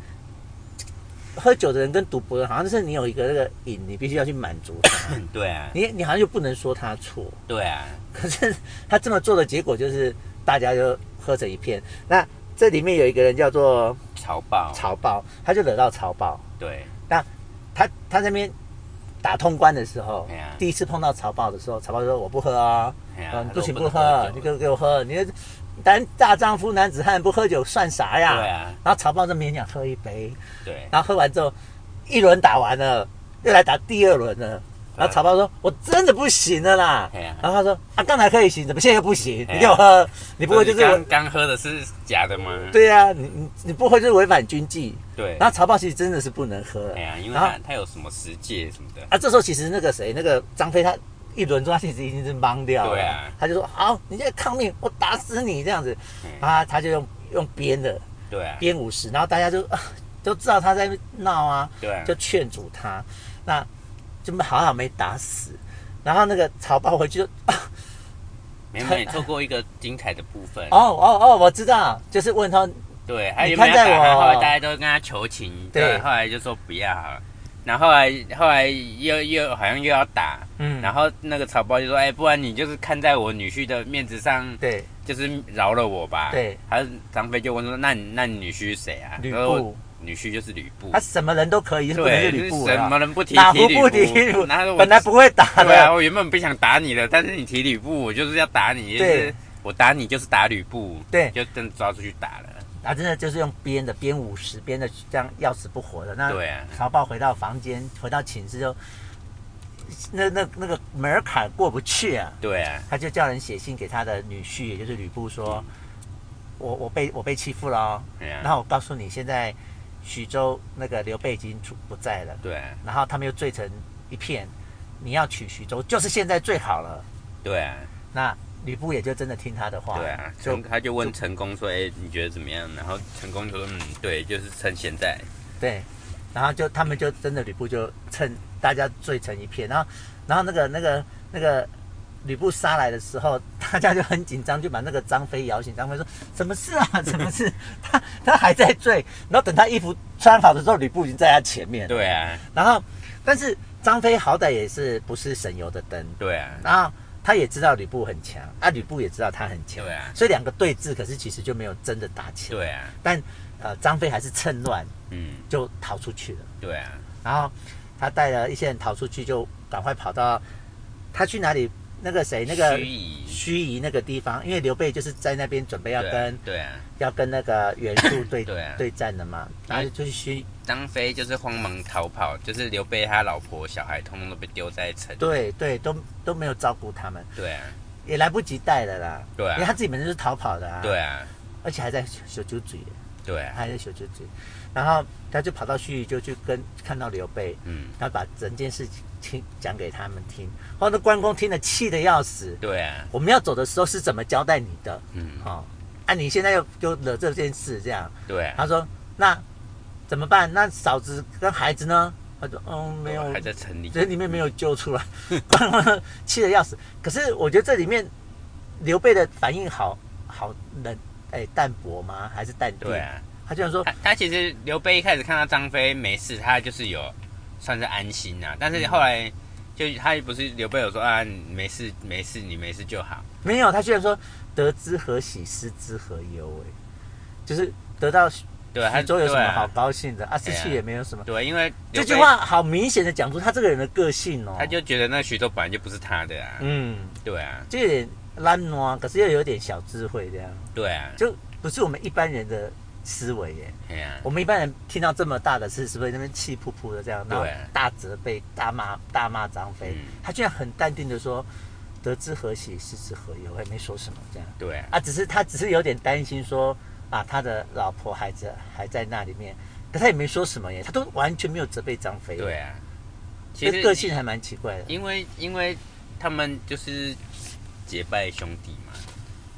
A: 喝酒的人跟赌博的人，好像是你有一个那个瘾，你必须要去满足他，
B: 对啊，
A: 你你好像又不能说他错，
B: 对啊，
A: 可是他这么做的结果就是大家就喝成一片。那这里面有一个人叫做
B: 潮爆，
A: 曹豹，他就惹到曹豹。
B: 对，
A: 他他那边打通关的时候
B: 哎呀，
A: 第一次碰到曹豹的时候，曹豹就说：“我不喝啊，
B: 哎呀
A: 嗯，
B: 他
A: 不
B: 说
A: 行
B: 我
A: 不
B: 能喝
A: 喝，你
B: 酒
A: 给我给我喝，你男大丈夫男子汉不喝酒算啥呀？”
B: 对啊，
A: 然后曹豹就勉强喝一杯，
B: 对，
A: 然后喝完之后，一轮打完了，又来打第二轮了。然后曹豹说：“我真的不行了啦。
B: 哎呀”
A: 然后他说：“啊，刚才可以行，怎么现在又不行？
B: 哎呀
A: 你给我喝，你不会就
B: 那
A: 是
B: 刚刚喝的是假的吗？
A: 对呀、你你你不喝就是违反军纪。
B: 对，
A: 然后曹豹其实真的是不能喝了
B: 哎呀，因为
A: 然后
B: 他他有什么十戒什么的，
A: 啊，这时候其实那个谁，那个张飞他一轮之后，他其实已经是懵掉了。
B: 对啊
A: 他就说：“好，你现在抗命，我打死你！”这样子
B: 嗯
A: 啊，他就用用鞭的
B: 对啊，
A: 鞭五十，然后大家就、啊、都知道他在闹啊，
B: 对啊
A: 就，劝阻他，那就好好没打死。然后那个曹豹回去就 啊
B: 没有，你错过一个精彩的部分，
A: 哦哦哦，我知道，就是问他
B: 对，还
A: 你
B: 有没
A: 看
B: 有
A: 在
B: 打他？
A: 我
B: 后来大家都跟他求情，
A: 对
B: 对，后来就说不要好了。然后后来后来又又好像又要打，
A: 嗯，
B: 然后那个草包就说：“哎，不然你就是看在我女婿的面子上，
A: 对
B: 就是饶了我吧。”
A: 对，
B: 他张飞就问说：“那你那你女婿是谁啊？”
A: 吕
B: 他说
A: 布，
B: 女婿就是吕布
A: 他。什么人都可以，就是不能是
B: 对，
A: 吕布
B: 就是
A: 了
B: 什么人不提
A: 打
B: 提
A: 不
B: 吕
A: 不提吕布
B: 然后我
A: 本来不会打
B: 对啊，
A: 的，
B: 我原本不想打你的，但是你提吕布，我就是要打你。
A: 对，
B: 我打你就是打吕布。
A: 对
B: 就真的抓出去打了。
A: 啊，真的就是用编的，编五十，编的这样要死不活的。那
B: 对啊，
A: 曹豹回到房间，回到寝室就，那那那个门儿槛过不去啊，
B: 对啊，
A: 他就叫人写信给他的女婿，也就是吕布说，我我被我被欺负了、哦，
B: 对啊。
A: 然后我告诉你，现在徐州那个刘备已经出不在了，
B: 对啊，
A: 然后他们又醉成一片，你要取徐州，就是现在最好了。
B: 对啊，
A: 那吕布也就真的听他的话，
B: 对啊。
A: 就
B: 成他就问陈宫说：“哎、你觉得怎么样？”然后陈宫就说：“嗯，对，就是趁现在。
A: 对，然后就他们就真的吕布就趁大家醉成一片，然后然后那个那个那个吕布杀来的时候，大家就很紧张，就把那个张飞摇醒。张飞说：“什么事啊？什么事？他他还在醉。”然后等他衣服穿好的时候，吕布已经在他前”面。
B: 对啊，
A: 然后，但是张飞好歹也是不是省油的灯，
B: 对啊，
A: 然后他也知道吕布很强，啊，吕布也知道他很强，
B: 对啊
A: 所以两个对峙，可是其实就没有真的打起来。
B: 对啊，
A: 但呃，张飞还是趁乱
B: 嗯，
A: 就逃出去了。
B: 对啊，
A: 然后他带了一些人逃出去，就赶快跑到他去哪里？那个哎谁，那个
B: 虚夷
A: 盱眙那个地方，因为刘备就是在那边准备要
B: 对啊
A: 跟
B: 对啊，
A: 要跟那个袁术对
B: 对啊
A: 对战的嘛，然后就去盱
B: 张飞就是慌忙逃跑，就是刘备他老婆小孩通通都被丢在城。
A: 对对都都没有照顾他们，
B: 对啊，
A: 也来不及带了啦，
B: 对啊
A: 因为他自己本身就是逃跑的啊，
B: 对，啊，
A: 而且还在小酒嘴，
B: 对啊，
A: 还在小酒嘴，然后他就跑到盱眙就去跟看到刘备，
B: 嗯，
A: 然后把整件事情听讲给他们听，哦，那关公听了气得要死，
B: 对啊，
A: 我们要走的时候是怎么交代你的？
B: 嗯，
A: 哦，啊，你现在又又惹这件事，这样。
B: 对啊，
A: 他说，那怎么办？那嫂子跟孩子呢？他说，嗯，没有，
B: 还在城里。
A: 这里面没有救出来， 气得要死。可是我觉得这里面刘备的反应好好冷，哎，淡薄吗？还是淡定？
B: 对啊，
A: 他居然说
B: 他，他其实刘备一开始看到张飞没事，他就是有算是安心啊。但
A: 嗯
B: 是后来就他不是刘备有说啊，你没事没事，你没事就好。
A: 没有，他居然说得之何喜，失之何忧，哎，就是得到徐
B: 对啊，他
A: 州有什
B: 对
A: 么
B: 啊
A: 好高兴的啊？失
B: 对啊
A: 去也没有什么。
B: 对，因为
A: 这
B: 刘
A: 句
B: 备
A: 话好明显的讲出他这个人的个性哦。
B: 他就觉得那徐州本来就不是他的啊。
A: 嗯，
B: 对啊，
A: 就有点懒惰，可是又有点小智慧，这样
B: 对啊，
A: 就不是我们一般人的思维耶。
B: 哎呀、
A: 我们一般人听到这么大的事，是不是那边气扑扑的这样，然后
B: 对
A: 大责备、大骂、大骂张飞？
B: 嗯
A: 他居然很淡定的说：“得之何喜，失之何忧。”也没说什么这样
B: 对啊，
A: 啊，只是他只是有点担心说啊，他的老婆孩子还在那里面，可他也没说什么耶，他都完全没有责备张飞。
B: 对，啊。其
A: 哎这
B: 实
A: 个性还蛮奇怪的。
B: 因为因为他们就是结拜兄弟嘛。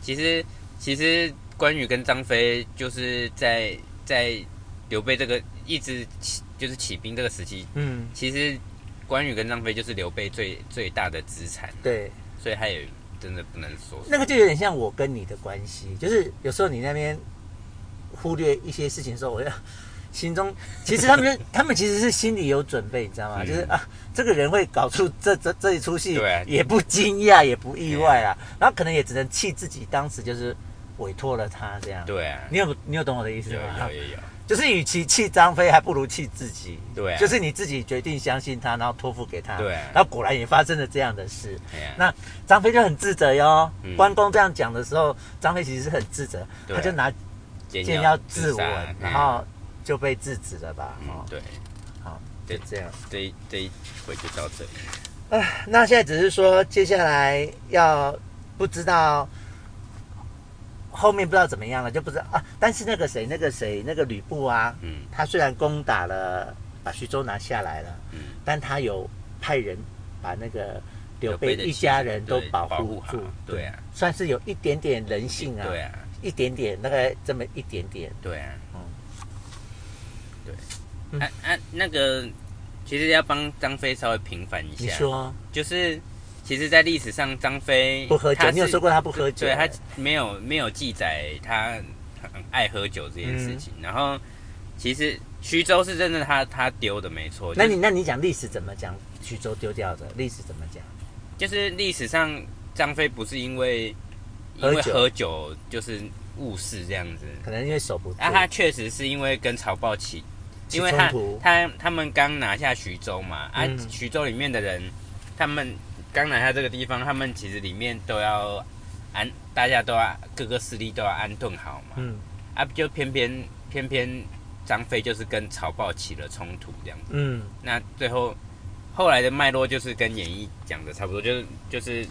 B: 其实其实关羽跟张飞就是在在刘备这个一直起就是起兵这个时期，
A: 嗯，
B: 其实关羽跟张飞就是刘备最最大的资产，
A: 对，
B: 所以他也真的不能说
A: 那个就有点像我跟你的关系，就是有时候你那边忽略一些事情的时候，我要心中 其实他们就他们其实是心里有准备，你知道吗？
B: 嗯
A: 就是啊，这个人会搞出这这这一出戏
B: 对，
A: 也不惊讶，也不意外啦。然后可能也只能气自己当时就是委托了他这样。
B: 对啊，
A: 你有你有懂我的意思
B: 有
A: 吗
B: 有？有有，
A: 就是与其气张飞，还不如气自己。
B: 对啊，
A: 就是你自己决定相信他，然后托付给他。
B: 对啊
A: 然后果然也发生了这样的事。
B: 哎呀
A: 那张飞就很自责哟。
B: 嗯
A: 关公这样讲的时候，张飞其实是很自责，
B: 对
A: 他就拿
B: 煎
A: 剑
B: 要
A: 要自
B: 杀
A: 刎，
B: 嗯
A: 然后就被制止了吧？
B: 嗯
A: 哦，
B: 对，
A: 好，就
B: 对
A: 这样。
B: 这一这一回就到这里，
A: 唉那现在只是说，接下来要不知道后面不知道怎么样了，就不知道啊。但是那个谁，那个谁，那个吕布啊，
B: 嗯
A: 他虽然攻打了，把徐州拿下来了，
B: 嗯
A: 但他有派人把那个刘备
B: 刘备的
A: 一家人都
B: 对
A: 保
B: 保
A: 护
B: 护好
A: 住，
B: 对啊，
A: 算是有一点点人性啊，
B: 对啊
A: 一点点，大概这么一点点，
B: 对啊
A: 嗯，
B: 对，
A: 嗯
B: 啊啊那个其实要帮张飞稍微平反一
A: 你
B: 下，
A: 说
B: 就是其实，在历史上张飞
A: 不喝酒，
B: 他
A: 你有
B: 是
A: 说过他不喝酒，啊哎
B: 对他没有没有记载他很爱喝酒这件事
A: 嗯
B: 情。然后其实徐州是真的他他丢的没错，
A: 那
B: 就
A: 你
B: 是
A: 那你讲历史怎么讲？徐州丢掉的历史怎么讲？
B: 就是历史上张飞不是因为因
A: 喝
B: 为
A: 酒
B: 喝酒就是误事这样子，
A: 可能因为守不住，
B: 啊，他确实是因为跟曹豹起，
A: 起
B: 因为
A: 冲
B: 他
A: 突
B: 他他们刚拿下徐州嘛，啊，
A: 嗯
B: 徐州里面的人，他们刚拿下这个地方，他们其实里面都要安，大家都要各个势力都要安顿好嘛，
A: 嗯
B: 啊，就偏偏偏偏张飞就是跟曹豹起了冲突这样子，
A: 嗯，
B: 那最后后来的脉络就是跟演义讲的差不多，就是就是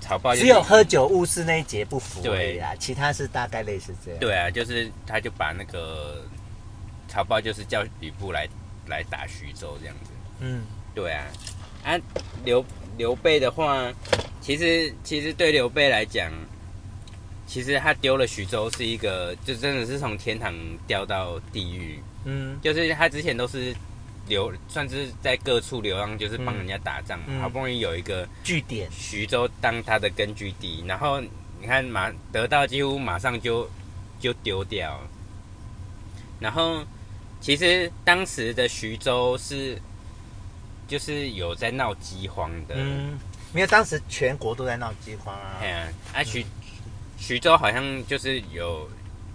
B: 曹豹、就是、
A: 只有喝酒误事那一节不服而
B: 对
A: 已啦，啊其他是大概类似这样。
B: 对啊，就是他就把那个曹豹就是叫吕布来来打徐州这样子。
A: 嗯，
B: 对啊，啊刘刘备的话，其实其实对刘备来讲，其实他丢了徐州是一个，就真的是从天堂掉到地狱。
A: 嗯
B: 就是他之前都是流，算是在各处流浪，就是帮
A: 嗯
B: 人家打仗嘛，
A: 嗯
B: 好不容易有一个
A: 据点，
B: 徐州当他的根据地，然后你看马得到几乎马上就就丢掉，然后其实当时的徐州是就是有在闹饥荒的，
A: 嗯，没有，当时全国都在闹饥荒啊
B: 哎，呀、啊，徐徐州好像就是有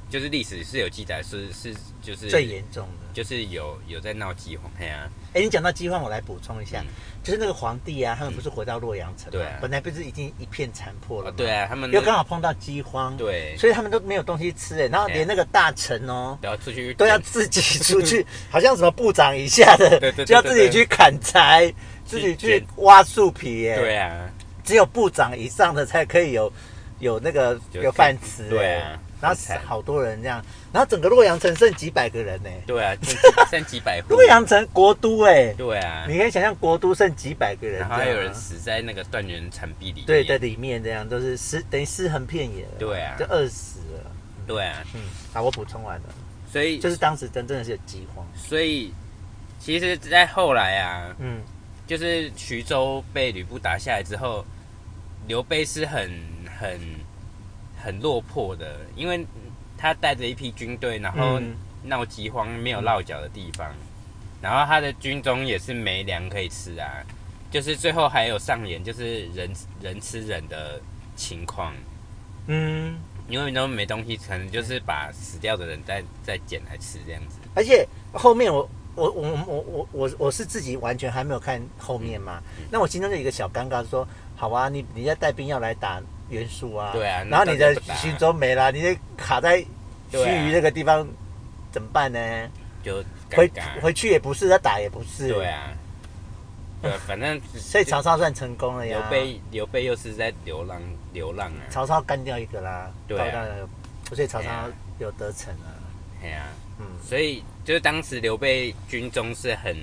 B: 就是历史是有记载是是就是
A: 最严重的。
B: 就是有有在闹饥荒，哎呀、
A: 哎，你讲到饥荒，我来补充一下
B: 嗯，
A: 就是那个皇帝啊，他们不是回到洛阳城吗，
B: 对啊
A: 本来不是已经一片残破了
B: 哦
A: 吗？
B: 对啊，他们
A: 又刚好碰到饥荒，，
B: 对
A: 所以他们都没有东西吃，哎，然后连那个大臣哦，
B: 然后出去
A: 都要自己出 去，好像什么部长以下的，
B: 对对对
A: 就要自己去砍柴，自己去
B: 捡
A: 挖树皮，耶，
B: 对啊，
A: 只有部长以上的才可以有有那个
B: 就
A: 有饭吃，
B: 对
A: 哎
B: 啊，
A: 然后
B: 很惨
A: 好多人这样，然后整个洛阳城剩几百个人呢，欸
B: 对啊，剩 剩几百户，
A: 洛阳城国都哎，
B: 对啊，
A: 你可以想象国都剩几百个人，
B: 然后还有人
A: 这样啊
B: 死在那个断垣残壁里面。
A: 对在里面这样都是尸，等于尸横遍野了，
B: 对啊
A: 就饿死了。
B: 对啊，
A: 嗯，好，我补充完了，
B: 所以
A: 就是当时真正的是有饥荒，
B: 所以其实，在后来啊，
A: 嗯，
B: 就是徐州被吕布打下来之后，刘备是很很很落魄的，因为他带着一批军队，然后
A: 嗯
B: 闹饥荒，没有落脚的地方，然后他的军中也是没粮可以吃啊，就是最后还有上演就是人人吃人的情况。
A: 嗯。
B: 因为都没东西，可能就是把死掉的人再再捡来吃这样子。
A: 而且后面我我我我我我我是自己完全还没有看后面嘛，
B: 嗯
A: 那我心中就有一个小尴尬说，好啊，你你要带兵要来打袁术啊，
B: 对啊那
A: 然后你的
B: 大家不打
A: 徐州没了，你就卡在须
B: 对啊
A: 臾这个地方，怎么办呢？
B: 就尴
A: 回
B: 尬。
A: 回去也不是，要打也不是，
B: 对， 啊，对，反正
A: 所以曹操算成功了呀。
B: 刘备刘备又是在流浪流浪啊，
A: 曹操干掉一个啦，
B: 对啊
A: 干掉了，所以曹操
B: 哎呀
A: 有得逞啊，
B: 哎呀、
A: 嗯
B: 所以就是当时刘备军中是很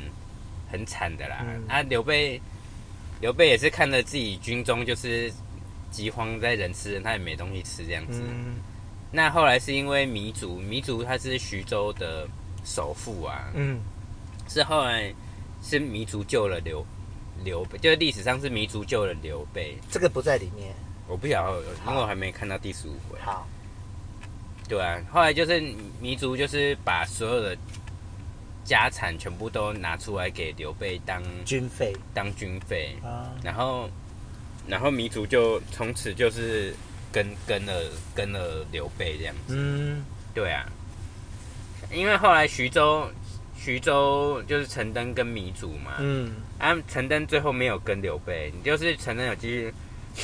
B: 很惨的啦。
A: 嗯
B: 啊，刘备刘备也是看着自己军中就是饥荒在人吃人，他也没东西吃这样子，
A: 嗯，
B: 那后来是因为糜竺，糜竺他是徐州的首富啊，
A: 嗯，
B: 是后来是糜竺救了刘刘备，就是历史上是糜竺救了刘备。
A: 这个不在里面。
B: 我不晓得，因为我还没看到第十五回。
A: 好，
B: 对啊，后来就是糜竺就是把所有的家产全部都拿出来给刘备当
A: 军费
B: 当军费，
A: 啊，
B: 然后然后糜竺就从此就是跟跟了跟了刘备这样。
A: 嗯，
B: 对啊，因为后来徐州徐州就是陈登跟糜竺嘛，
A: 嗯，
B: 啊，陈登最后没有跟刘备，你就是陈登有继续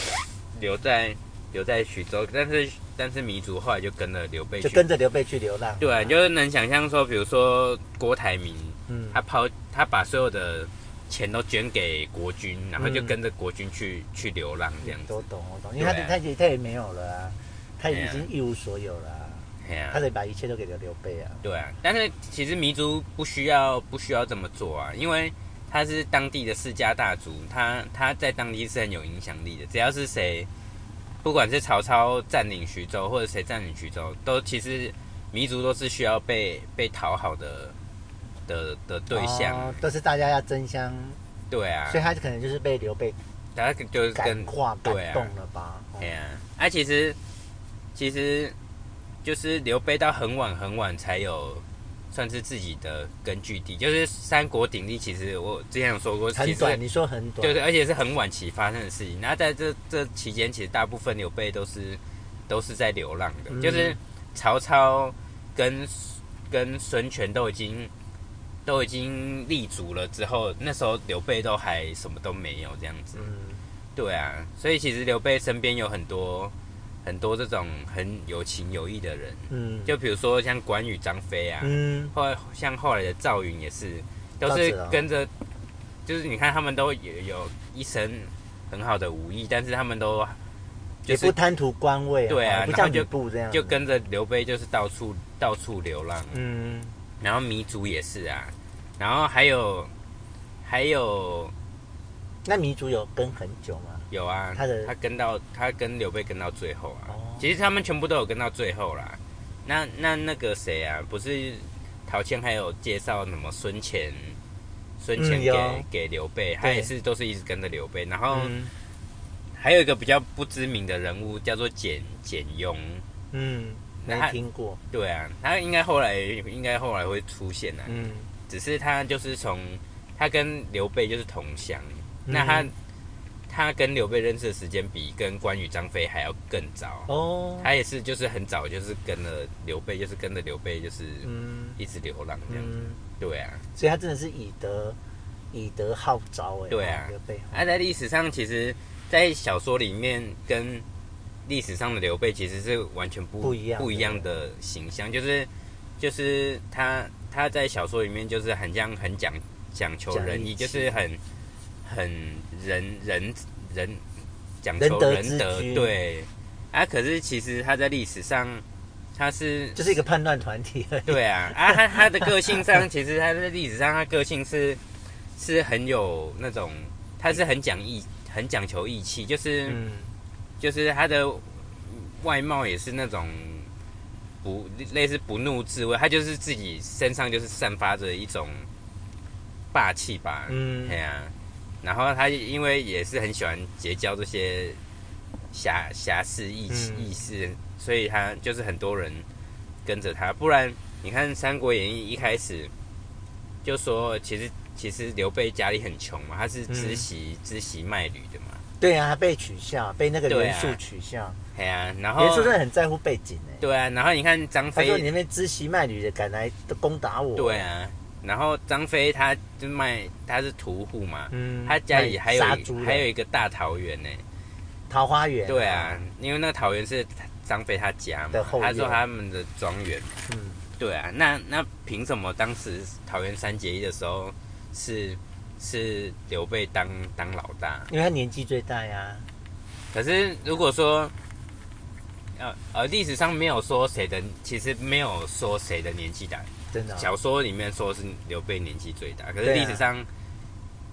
B: 留在留在徐州，但是但是糜竺后来就跟了刘备去，
A: 就跟着刘备去流浪。
B: 对啊，你就是能想象说，比如说郭台铭，
A: 嗯
B: 他抛他把所有的钱都捐给国军，然后就
A: 嗯
B: 跟着国军去、去流浪这样子，
A: 我懂，我懂，因为他
B: 对啊
A: 他也他也没有了啊，他
B: 对
A: 已
B: 啊
A: 经一无所有了啊，
B: 哎呀、
A: 他得把一切都给了刘备啊。
B: 对啊，但是其实糜竺不需要不需要这么做啊，因为他是当地的世家大族，他他在当地是很有影响力的。只要是谁，不管是曹操占领徐州，或者谁占领徐州，都其实糜竺都是需要被被讨好的的的对象。
A: 哦都是大家要争相，
B: 对啊
A: 所，以他可能就是被刘备
B: 大家就是
A: 感
B: 跟
A: 化、感
B: 对啊
A: 动了吧？哦
B: 哎呀，啊，其实其实就是刘备到很晚很晚才有算是自己的根据地，就是三国鼎立。其实我之前有说过，其
A: 很
B: 实
A: 短，你说很短，
B: 对对，而且是很晚期发生的事情。那在这这期间，其实大部分刘备都是都是在流浪的，
A: 嗯
B: 就是曹操跟跟孙权都已经都已经立足了之后，那时候刘备都还什么都没有这样子。
A: 嗯，
B: 对啊，所以其实刘备身边有很多很多这种很有情有义的人，
A: 嗯，
B: 就比如说像关羽、张飞啊，
A: 嗯，
B: 后来像后来的赵云也是，都
A: 赵
B: 是
A: 子啊龙
B: 跟着，就是你看他们都有有一身很好的武艺，但是他们都就
A: 也
B: 是
A: 不贪图官位，
B: 对啊
A: 哦不
B: 然
A: 像
B: 后就
A: 吕布这样，
B: 就跟着刘备就是到处到处流浪，
A: 嗯，
B: 然后糜竺也是啊，然后还有还有
A: 那糜竺有跟很久吗？
B: 有啊，
A: 他的
B: 跟到他跟刘备跟到最后啊，
A: 哦
B: 其实他们全部都有跟到最后啦。那那那个谁啊，不是陶谦还有介绍什么孙权，孙权
A: 嗯
B: 给、
A: 有
B: 给刘备，他也是都是一直跟着刘备。然后
A: 嗯
B: 还有一个比较不知名的人物叫做简简雍，
A: 嗯，没
B: 那他
A: 听过，
B: 对啊，他应该后来应该后来会出现的、啊，
A: 嗯，
B: 只是他就是从他跟刘备就是同乡，那他
A: 嗯
B: 他跟刘备认识的时间比跟关羽、张飞还要更早。
A: 哦，
B: 他也是就是很早就是跟了刘备，就是跟着刘备就是
A: 嗯
B: 一直流浪这样。
A: 嗯，
B: 对啊，
A: 所以他真的是以德以德号召哎，
B: 对啊
A: 哦刘备，
B: 啊，在历史上其实，在小说里面跟历史上的刘备其实是完全不
A: 不一样的
B: 不一样的形象，就是就是他他在小说里面就是很像很讲讲求
A: 讲
B: 仁
A: 义
B: 义，
A: 气
B: 就是很很仁仁仁讲
A: 仁
B: 求
A: 德
B: 仁
A: 之
B: 德，
A: 居
B: 对啊。可是其实他在历史上他是
A: 就是一个叛乱团体而已，
B: 对啊，啊，他他的个性上，其实他在历史上，他个性是是很有那种，他是很讲义，很讲求义气，就是、
A: 嗯，
B: 就是他的外貌也是那种不类似不怒自威，他就是自己身上就是散发着一种霸气吧，
A: 嗯
B: 对啊，然后他因为也是很喜欢结交这些侠侠士义气
A: 嗯
B: 义士，所以他就是很多人跟着他。不然你看《三国演义》一开始就说，其实其实刘备家里很穷嘛，他是
A: 嗯
B: 织席织席卖履的嘛，
A: 对啊，他被取笑，被那个
B: 对
A: 袁
B: 啊
A: 术取笑，
B: 哎呀、然后
A: 袁术真的很在乎背景哎，
B: 对啊，然后你看张
A: 他说你
B: 飞，
A: 那边知席卖履的敢来攻打我，
B: 对，啊，然后张飞他就卖他是屠户嘛，
A: 嗯，
B: 他家里还有
A: 杀
B: 一
A: 猪的，
B: 还有一个大桃园呢、
A: 桃花源，
B: 对啊，，因为那个桃园是张飞他家嘛
A: 的后，
B: 他
A: 院
B: 说他们的庄园。
A: 嗯，
B: 对啊，那那凭什么当时桃园三结义的时候是是刘备当当老大？
A: 因为他年纪最大呀，
B: 可是如果说，呃呃，历史上没有说谁的，其实没有说谁的年纪大，
A: 真的哦，
B: 小说里面说是刘备年纪最大，可是
A: 对啊
B: 历史上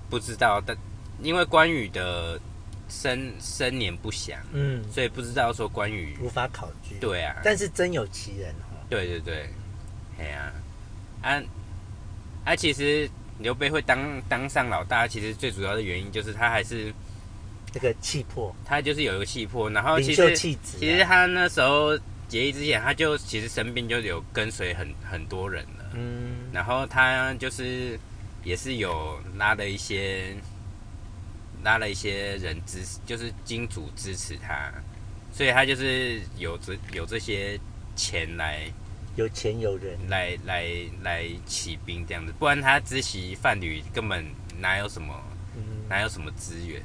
B: 不知道，但因为关羽的生生年不详，
A: 嗯，
B: 所以不知道说关于
A: 无法考据。，
B: 对啊，
A: 嗯但是真有其人哦。
B: 对对对，哎呀、啊，啊啊，其实刘备会当当上老大，其实最主要的原因就是他还是
A: 这个气魄，
B: 他就是有一个气魄，然后
A: 领
B: 哦其
A: 袖
B: 实
A: 气质啊、
B: 其实他那时候结义之前，他就其实身边就有跟随很很多人了，
A: 嗯，
B: 然后他就是也是有拉了一些拉了一些人支持，就是金主支持他，所以他就是有这有这些钱来
A: 有钱有人，
B: 来来来起兵这样子，不然他知其伴侣根本哪有什么
A: 嗯，
B: 哪有什么资源，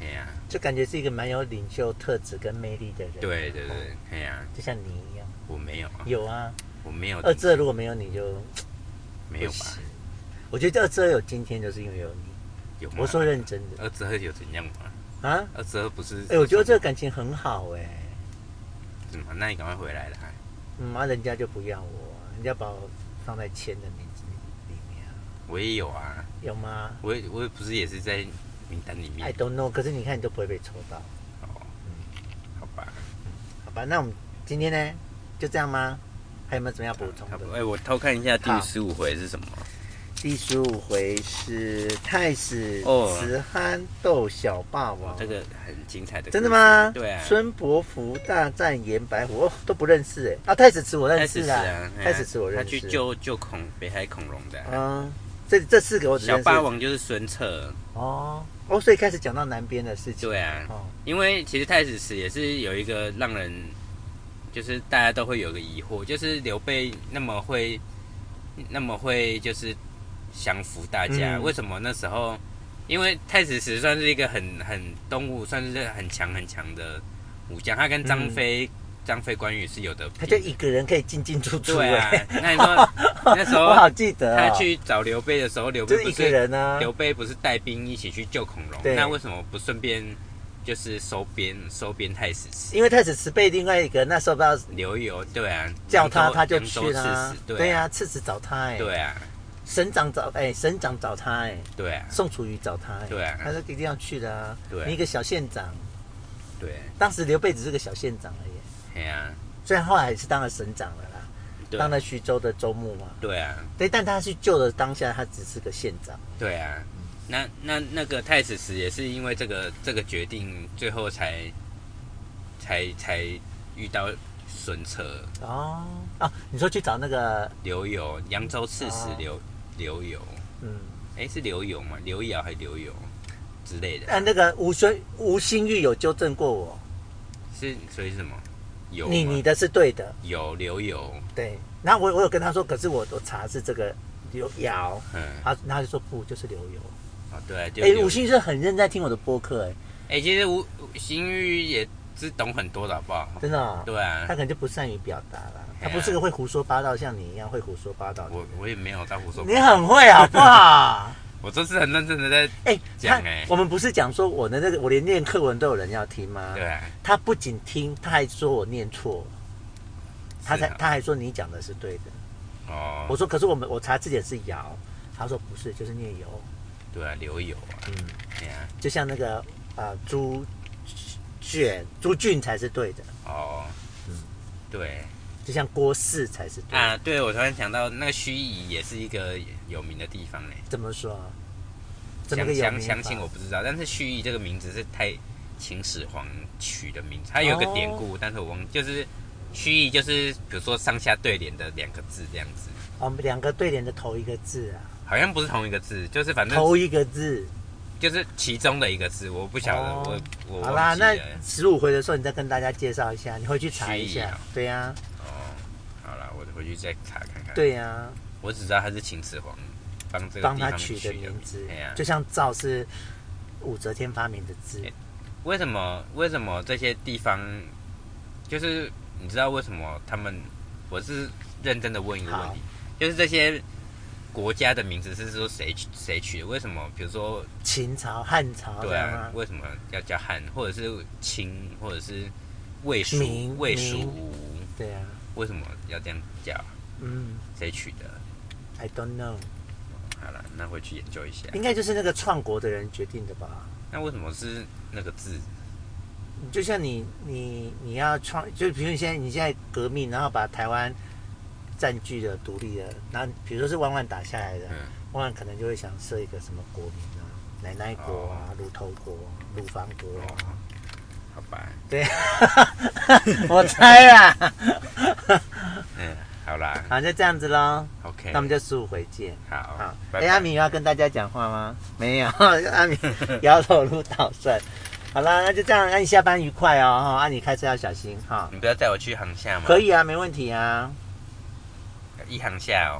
B: 哎呀、
A: 就感觉是一个蛮有领袖特质跟魅力的人。
B: 对对对，，哎呀、
A: 就像你一样，
B: 我没有啊，
A: 有啊。
B: 我没有，
A: 二这如果没有你就
B: 没
A: 不
B: 有吧
A: 行？。我觉得二这有今天就是因为有你。
B: 有吗？
A: 我说认真的
B: 二十二有怎样吗？
A: 啊，
B: 二十二不是？
A: 哎、我觉得这个感情很好哎、
B: 怎么？那你赶快回来啦！
A: 嗯，啊，人家就不要我，人家把我放在签的名字里面啊，
B: 我也有啊，
A: 有吗
B: 我也我也不是也是在名单里
A: ？I
B: 面，哦
A: don't know。可是你看，你都不会被抽到，
B: 好吧？
A: 好吧？那我们今天呢，就这样吗？还有没有怎么样补充
B: 差不多。
A: 的？
B: 哎，我偷看一下第
A: 好
B: 十五回是什么？
A: 第十五回是太史
B: 哦
A: 慈憨斗小霸王。
B: 哦，这个很精彩的故事。
A: 真的吗？
B: 对啊，
A: 孙伯符大战颜白虎，哦，都不认识哎、啊，太史慈我认
B: 太史
A: 识
B: 慈
A: 啦
B: 啊，哎呀，
A: 太史慈我认
B: 他
A: 识。
B: 去救救恐北海恐龙的啊。
A: 嗯，这这四个我只认
B: 小
A: 识。
B: 霸王就是孙策，
A: 哦哦，所以开始讲到南边的事情。
B: 对啊，
A: 哦，
B: 因为其实太史慈也是有一个让人，就是大家都会有个疑惑，就是刘备那么会，那么会就是降服大家，
A: 嗯
B: 为什么那时候？因为太史慈算是一个很很东吴算是很强很强的武将，他跟张
A: 嗯
B: 飞、张飞、关羽是有的比。
A: 他就一个人可以进进出出
B: 对啊
A: 哎、，
B: 那你 说那 时
A: 我好
B: 候
A: 记得、哦，
B: 他去找刘备的时候，刘
A: 就是
B: 备不
A: 一个
B: 是
A: 人啊，
B: 刘备不是带兵一起去救恐龙，
A: 对
B: 那为什么不顺便就是收编收编太史慈？
A: 因为太史慈被另外一个那时候不知道
B: 刘游对啊，
A: 叫
B: 扬
A: 他，
B: 州
A: 他就
B: 扬州
A: 去
B: 刺
A: 啦
B: 史。
A: 对
B: 对啊，
A: 啊，赤子找他哎、
B: 对啊，
A: 省长找哎、省长找他哎、
B: 对啊，
A: 宋楚瑜找他哎、
B: 对啊
A: 他说一定要去的啊。
B: 对啊
A: 你一个小县长，
B: 对啊，
A: 当时刘备只是个小县长而已，
B: 哎呀，
A: 虽然后来也是当了省长了啦，
B: 对
A: 当
B: 啊
A: 了徐州的州牧嘛。
B: 对啊，
A: 对，但他去救了当下，他只是个县长。
B: 对啊。那那那个太史慈也是因为这个这个决定，最后才才才遇到孙策、
A: 哦哦，你说去找那个
B: 刘游、扬州刺史
A: 哦
B: 刘刘游，
A: 嗯，
B: 哎，是刘游吗？刘繇还是刘游之类的？
A: 呃，那个吴宣吴新玉有纠正过我，
B: 是所以是什么？游
A: 你
B: 吗
A: 你的是对的，
B: 有刘游，
A: 对。然后我我有跟他说，可是我我查是这个刘瑶，
B: 嗯，
A: 他他就说不，就是刘游。
B: 哦对，就
A: 哎，
B: 刘
A: 吴新玉是很认真在听我的播客，哎，
B: 哎、其实吴新玉也是懂很多的，好不好？
A: 真的哦，
B: 对啊
A: 他，可能就不善于表达啦，
B: 哎
A: 他
B: 呀
A: 不是个会胡说八道，像你一样会胡说八道的。
B: 我我也没有在胡说八
A: 你
B: 道，
A: 很会好不好？
B: 我这是很认真的在，
A: 哎，他
B: 讲哎
A: 我们不是讲说我的那个，我连念课文都有人要听吗？
B: 对、啊，
A: 他不仅听，他还说我念错，他才、
B: 是啊
A: 他还说你讲的是对的。我
B: 哦，
A: 说可是我们我查字典是尧，他说不是，就是念游。
B: 对啊，刘游啊，
A: 嗯，
B: 对啊，
A: 就像那个呃朱卷朱俊才是对的，
B: 哦，
A: 嗯
B: 对
A: 就像郭氏才是对的。
B: 啊，对，我突然想到那个盱眙也是一个有名的地方嘞，
A: 怎么说啊？怎么
B: 相
A: 个有
B: 相
A: 名
B: 相信
A: 法
B: 我不知道，但是盱眙这个名字是太秦始皇取的名字，它
A: 哦
B: 有一个典故，但是我忘记，就是盱眙就是比如说上下对联的两个字这样子，
A: 我们啊两个对联的头一个字啊，
B: 好像不是同一个字，就是反正
A: 头一个字。
B: 就是其中的一个字，我不晓得，
A: 哦
B: 我我
A: 好啦，
B: 忘记
A: 那
B: 了。
A: 十五回的时候你再跟大家介绍一下，你回去查一
B: 盱眙
A: 下
B: 啊。
A: 对呀、
B: 哦，好啦，我回去再查看看。，
A: 对呀、
B: 我只知道他是秦始皇帮啊这个
A: 帮
B: 地
A: 他
B: 方
A: 取
B: 取
A: 的
B: 名
A: 名字
B: 哎，呀、
A: 就像赵是武则天发明的字
B: 哎，为什么为什么这些地方，就是你知道为什么他们？我是认真的问一个问题，就是这些国家的名字是说谁取谁取的？为什么？比如说，
A: 秦朝、汉朝这
B: 对
A: 样
B: 啊
A: 吗，？
B: 为什么要叫汉，或者是秦，或者是魏
A: 明
B: 蜀魏蜀
A: 明
B: 吴？
A: 对啊，
B: 为什么要这样叫？
A: 嗯
B: 谁取的？啊
A: ，I don't know，
B: 好了，那回去研究一下。
A: 应该就是那个创国的人决定的吧？
B: 那为什么是那个字？
A: 就像你你你要创，就比如你现在你现在革命，然后把台湾占据了独立了，然后比如说是万万打下来的，
B: 嗯
A: 万万可能就会想设一个什么国名啊，奶奶国啊，乳头国、乳房国
B: 哦
A: 啊，，
B: 好吧，
A: 我猜啦，
B: 嗯，好啦
A: 好就这样子喽，
B: ，OK，
A: 那我们就十五回见。
B: 嗯好，
A: 好，
B: 拜
A: 哎，
B: 拜
A: 阿敏有要跟大家讲话吗？没有， 阿敏摇头入捣蒜。好啦，那就这样，那你下班愉快哦，哈、啊，你开车要小心哈、
B: 你不要带我去航厦吗？
A: 可以啊，没问题啊。
B: 一航厦哦。